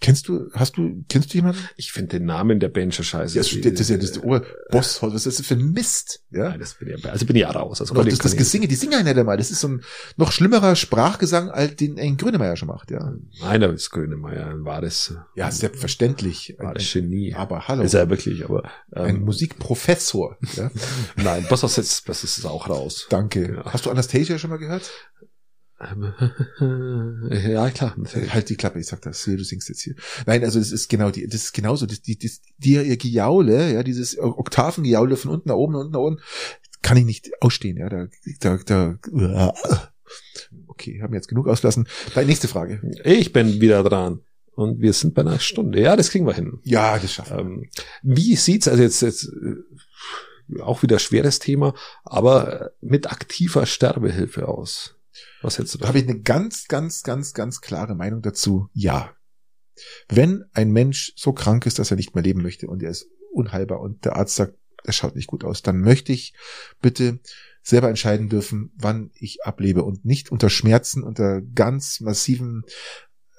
S2: Kennst du, hast du, kennst du jemanden?
S1: Ich finde den Namen der Band schon scheiße.
S2: Das, das, das ist ja
S1: äh,
S2: das Ohr, Bosshaus, was ist das für ein Mist, ja?
S1: Nein, das bin ich, also bin ich ja raus. Also
S2: Und
S1: Gott,
S2: das,
S1: ich
S2: das
S1: kann
S2: Gesinge, die singen ja nicht einmal. Das ist so ein noch schlimmerer Sprachgesang, als den ein Grönemeyer schon macht, ja.
S1: nicht. Nein, aber ist Grönemeyer ein wahres,
S2: Ja, selbstverständlich. Ein,
S1: wahres Genie.
S2: aber hallo.
S1: Ist er wirklich, aber
S2: ein
S1: ähm,
S2: Musikprofessor. Ja?
S1: nein, was ist jetzt, was ist jetzt auch raus?
S2: Danke.
S1: Ja.
S2: Hast du Anastasia schon mal gehört?
S1: Ähm, ja, klar. natürlich.
S2: Halt die Klappe, ich sag das. Hier, du singst jetzt hier. Nein, also das ist genau die, das ist genauso. Das, die, das, die, ihr Gejaule, ja, dieses Oktavengejaule von unten nach oben, unten nach unten, kann ich nicht ausstehen, ja. Da, da, da. Okay, haben wir jetzt genug ausgelassen. Bei nächste Frage.
S1: Ich bin wieder dran. Und wir sind bei einer Stunde. Ja, das kriegen wir hin.
S2: Ja, das schaffen wir.
S1: Ähm, wie sieht's also jetzt, jetzt äh, auch wieder schweres Thema, aber äh, mit aktiver Sterbehilfe aus? Was hältst du
S2: Da
S1: da?
S2: habe ich eine ganz, ganz, ganz, ganz klare Meinung dazu. Ja. Wenn ein Mensch so krank ist, dass er nicht mehr leben möchte und er ist unheilbar und der Arzt sagt, er schaut nicht gut aus, dann möchte ich bitte selber entscheiden dürfen, wann ich ablebe und nicht unter Schmerzen, unter ganz massiven,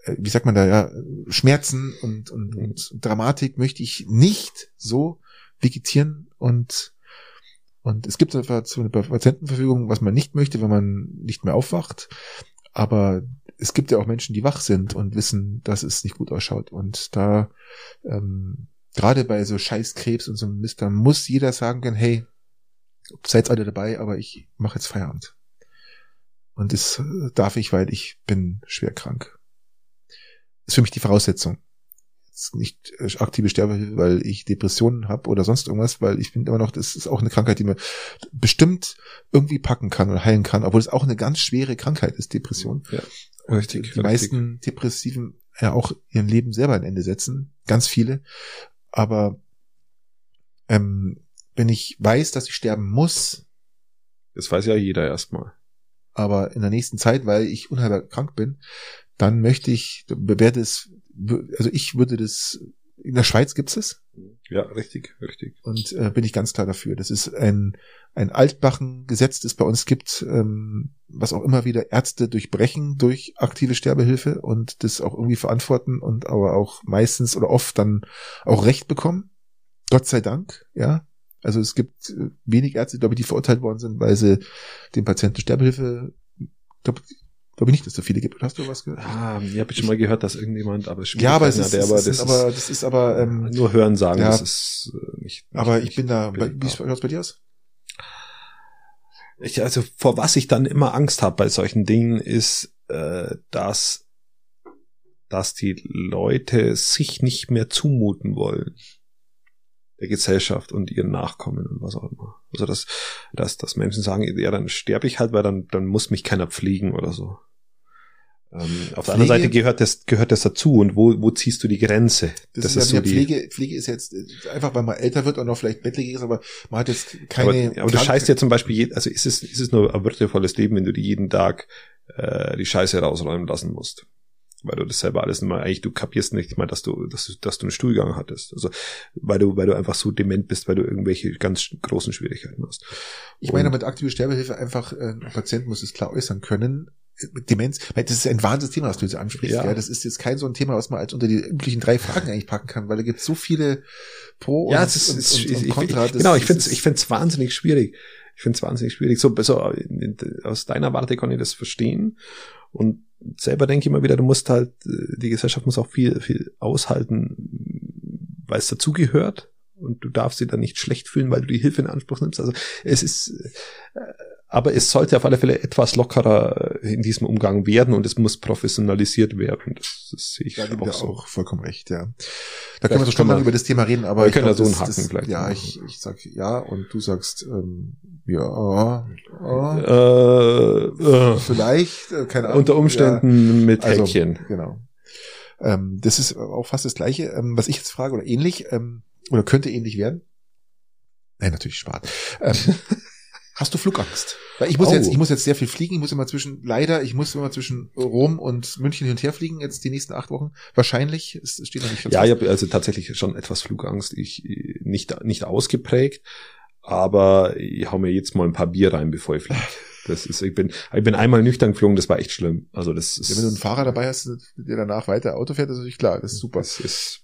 S2: äh, wie sagt man da, ja, Schmerzen und, und, und Dramatik möchte ich nicht so vegetieren und und es gibt einfach so eine Patientenverfügung, was man nicht möchte, wenn man nicht mehr aufwacht. Aber es gibt ja auch Menschen, die wach sind und wissen, dass es nicht gut ausschaut. Und da, ähm, gerade bei so Scheißkrebs und so einem Mist, da muss jeder sagen können, hey, seid alle dabei, aber ich mache jetzt Feierabend. Und das äh, darf ich, weil ich bin schwer krank. Ist für mich die Voraussetzung. Ist nicht äh, aktive Sterbehilfe, weil ich Depressionen habe oder sonst irgendwas, weil ich bin immer noch, das ist auch eine Krankheit, die man bestimmt irgendwie packen kann oder heilen kann, obwohl es auch eine ganz schwere Krankheit ist, Depression
S1: Ja,
S2: die meisten Depressiven ja auch ihrem Leben selber ein Ende setzen. Ganz viele. Aber ähm, wenn ich weiß, dass ich sterben muss,
S1: Das weiß ja jeder erstmal.
S2: aber in der nächsten Zeit, weil ich unheilbar krank bin, dann möchte ich, werde es, also ich würde das, in der Schweiz gibt's es,
S1: Ja, richtig, richtig.
S2: und äh, bin ich ganz klar dafür. Das ist ein, ein Altbachen-Gesetz, das bei uns gibt, ähm, was auch immer wieder Ärzte durchbrechen durch aktive Sterbehilfe und das auch irgendwie verantworten und aber auch meistens oder oft dann auch Recht bekommen. Gott sei Dank, ja. Also es gibt äh, wenig Ärzte, glaube ich, die verurteilt worden sind, weil sie dem Patienten Sterbehilfe, glaube glaub ich nicht, dass es so viele gibt. Hast du was gehört?
S1: Ah, ich habe schon mal gehört, dass irgendjemand, aber schon
S2: Ja, aber es
S1: keiner,
S2: ist,
S1: der,
S2: es
S1: aber
S2: ist,
S1: das ist,
S2: aber, das ist aber, ähm,
S1: nur hören sagen,
S2: ja.
S1: das ist äh, nicht. nicht
S2: aber ich
S1: nicht
S2: bin da,
S1: billig.
S2: wie schaut's bei dir aus?
S1: ich, also vor was ich dann immer Angst habe bei solchen Dingen ist, äh, dass dass die Leute sich nicht mehr zumuten wollen der Gesellschaft und ihren Nachkommen und was auch immer. Also dass dass, dass Menschen sagen, ja dann sterbe ich halt, weil dann dann muss mich keiner pflegen oder so. Ähm, auf der anderen
S2: Pflege?
S1: Seite gehört das gehört das dazu und wo wo ziehst du die Grenze?
S2: Das, ist, ja, wieder Pflege, Pflege ist jetzt äh, einfach, weil man älter wird und auch vielleicht bettlägerig ist, aber man hat jetzt keine.
S1: aber, aber du
S2: Krank-
S1: scheißt ja zum Beispiel, je, also ist es, ist es nur ein würdevolles Leben, wenn du dir jeden Tag äh, die Scheiße rausräumen lassen musst. Weil du das selber alles nicht mal, eigentlich, du kapierst nicht mal, dass du, dass du, dass du einen Stuhlgang hattest. Also, weil du, weil du einfach so dement bist, weil du irgendwelche ganz sch- großen Schwierigkeiten hast.
S2: Ich meine,
S1: Und-
S2: mit aktiver Sterbehilfe einfach, äh, ein Patient muss es klar äußern können. Äh, mit Demenz, weil das ist ein wahnsinniges Thema, was du jetzt ansprichst. Ja.
S1: Ja.
S2: das ist jetzt kein so ein Thema, was man als unter die üblichen drei Fragen eigentlich packen kann, weil da gibt so viele Pro
S1: ja, es ist, es ist, ich, ich, genau, ich finde es ich find's wahnsinnig schwierig. Ich finde es wahnsinnig schwierig. So, so in- in- aus deiner Warte kann ich das verstehen. Und selber denke ich immer wieder, du musst halt, äh, die Gesellschaft muss auch viel, viel aushalten, weil es dazugehört. Und du darfst sie dann nicht schlecht fühlen, weil du die Hilfe in Anspruch nimmst. Also es ist, äh, aber es sollte auf alle Fälle etwas lockerer in diesem Umgang werden und es muss professionalisiert werden. Das, das sehe ich
S2: Da geben
S1: auch
S2: wir
S1: so.
S2: auch vollkommen recht, ja. Da können wir
S1: schon
S2: schon
S1: mal-
S2: mal über das Thema reden, aber
S1: wir
S2: ich
S1: können
S2: glaub,
S1: da so einen
S2: das- das-
S1: Haken vielleicht
S2: Ja,
S1: machen.
S2: ich, ich sag ja und du sagst ähm, ja, ja
S1: Äh, äh,
S2: vielleicht, äh, keine Ahnung.
S1: unter Umständen mit
S2: Also,
S1: Häkchen.
S2: Genau. Ähm, das ist auch fast das Gleiche, ähm, was ich jetzt frage oder ähnlich ähm, oder könnte ähnlich werden. Nein, natürlich Spaß. Ähm, hast du Flugangst? Weil ich muss
S1: Oh.
S2: jetzt, ich muss jetzt sehr viel fliegen. Ich muss immer zwischen, leider, ich muss immer zwischen Rom und München hin und her fliegen jetzt die nächsten acht Wochen. Wahrscheinlich, es es steht noch nicht ganz
S1: Ja,
S2: fest.
S1: ich habe also tatsächlich schon etwas Flugangst. Ich äh, nicht, nicht ausgeprägt, aber ich hau mir jetzt mal ein paar Bier rein, bevor ich fliege. Das ist, ich bin, ich bin einmal nüchtern geflogen, das war echt schlimm. Also das ist.
S2: Ja, wenn du einen Fahrer dabei hast, der danach weiter Auto fährt, ist natürlich klar, das ist super.
S1: Das ist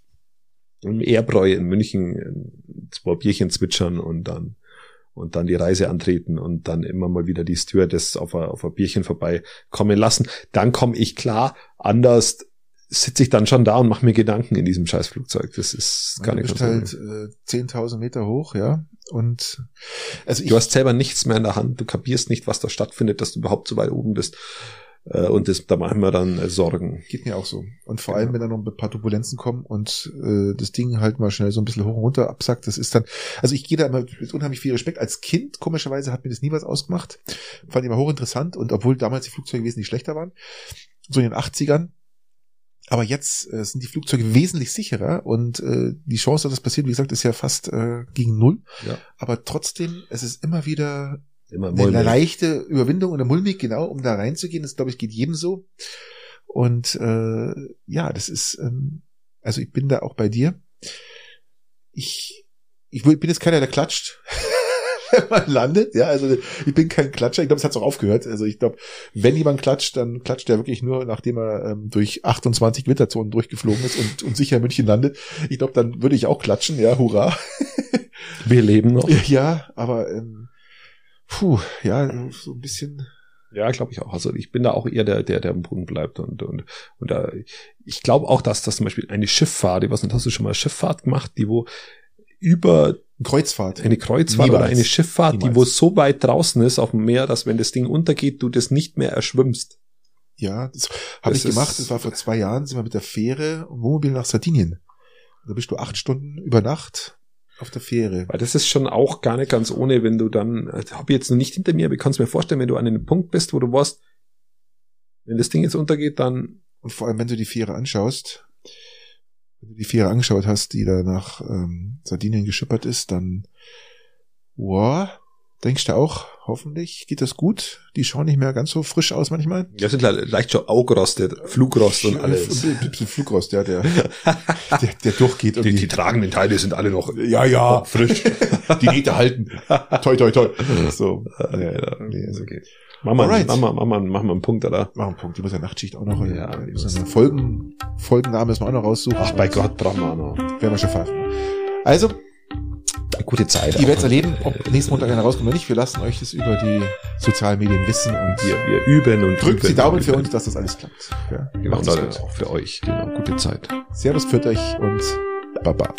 S1: im Erbräu in München äh, zwei Bierchen zwitschern und dann und dann die Reise antreten und dann immer mal wieder die Stewardess auf ein, auf ein Bierchen vorbeikommen lassen. Dann komme ich klar, anders sitze ich dann schon da und mache mir Gedanken in diesem scheiß Flugzeug. Das ist gar
S2: du
S1: nicht
S2: bist
S1: ganz
S2: halt äh, 10.000 Meter hoch, ja. Und also ich,
S1: Du hast selber nichts mehr in der Hand, du kapierst nicht, was da stattfindet, dass du überhaupt so weit oben bist. Äh, Und das, da machen wir dann äh, Sorgen.
S2: Geht mir auch so. Und vor
S1: Genau.
S2: allem, wenn dann noch ein paar Turbulenzen kommen und äh, das Ding halt mal schnell so ein bisschen hoch und runter absackt, das ist dann, also ich gehe da immer mit unheimlich viel Respekt. Als Kind, komischerweise, hat mir das nie was ausgemacht. Fand ich immer hochinteressant und obwohl damals die Flugzeuge wesentlich schlechter waren, so in den 80ern. Aber jetzt äh, sind die Flugzeuge wesentlich sicherer und äh, die Chance, dass das passiert, wie gesagt, ist ja fast äh, gegen null.
S1: Ja.
S2: Aber trotzdem, es ist immer wieder
S1: Immer
S2: eine
S1: Mulmig.
S2: leichte Überwindung oder mulmig, genau, um da reinzugehen. Das, glaube ich, geht jedem so. Und äh, ja, das ist, ähm, also ich bin da auch bei dir. Ich, ich will- bin jetzt keiner, der klatscht, wenn man landet. Ja, also ich bin kein Klatscher. Ich glaube, es hat auch aufgehört. Also ich glaube, wenn jemand klatscht, dann klatscht er wirklich nur, nachdem er ähm, durch 28 Winterzonen durchgeflogen ist und, und sicher in München landet. Ich glaube, dann würde ich auch klatschen. Ja, hurra.
S1: Wir leben noch.
S2: Ja, aber ähm, puh, ja, so ein bisschen.
S1: Ja, glaube ich auch. Also ich bin da auch eher der, der, der am Boden bleibt und, und, und da, ich glaube auch, dass das zum Beispiel eine Schifffahrt, ich weiß nicht, hast du schon mal Schifffahrt gemacht, die wo über
S2: Kreuzfahrt.
S1: eine Kreuzfahrt
S2: Niemals.
S1: oder eine Schifffahrt, die
S2: Niemals.
S1: wo so weit draußen ist auf dem Meer, dass wenn das Ding untergeht, du das nicht mehr erschwimmst.
S2: Ja, das habe
S1: Das
S2: ich gemacht.
S1: ist-
S2: Das war vor zwei Jahren. Sind wir mit der Fähre und Wohnmobil nach Sardinien. Da bist du acht Stunden über Nacht auf der Fähre.
S1: Weil das ist schon auch gar nicht ganz ohne, wenn du dann, habe ich jetzt noch nicht hinter mir, aber ich kann es mir vorstellen, wenn du an einem Punkt bist, wo du warst, wenn das Ding jetzt untergeht, dann
S2: Und vor allem, wenn du die Fähre anschaust, wenn du die Fähre angeschaut hast, die da nach ähm, Sardinien geschippert ist, dann, wow, denkst du auch, hoffentlich geht das gut. Die schauen nicht mehr ganz so frisch aus manchmal. Äh,
S1: ja, sind le- leicht schon augerostet, Flugrost und
S2: Ja,
S1: alles.
S2: Ein bisschen Flugrost, ja, der, der, der durchgeht
S1: Die, die
S2: irgendwie.
S1: tragenden Teile sind alle noch
S2: ja, ja,
S1: frisch.
S2: die Nähte halten. Toi, toi, toi. So.
S1: Ah, Ja, genau. ja,
S2: Nee, ist
S1: okay. Mach mal,
S2: Alright.
S1: mach mal, mach mal, mach mal einen Punkt, oder?
S2: Machen Punkt. Die muss ja Nachtschicht auch noch.
S1: Ja,
S2: äh,
S1: die
S2: muss
S1: muss-
S2: ja noch Folgen, Folgenname müssen wir auch noch raussuchen.
S1: Ach, bei Gott, brauchen wir auch noch.
S2: Werden wir schon fahren. Also,
S1: Gute Zeit.
S2: ihr werdet erleben, ob nächsten Montag einer rauskommt oder nicht. Wir lassen euch das über die sozialen Medien wissen und
S1: Wir, wir üben und
S2: drückt
S1: üben
S2: die Daumen für
S1: üben.
S2: uns, dass das alles klappt. Ja,
S1: Genau,
S2: macht es
S1: Leute,
S2: gut.
S1: auch für euch. Genau, gute Zeit.
S2: Servus, pfiat euch und Baba.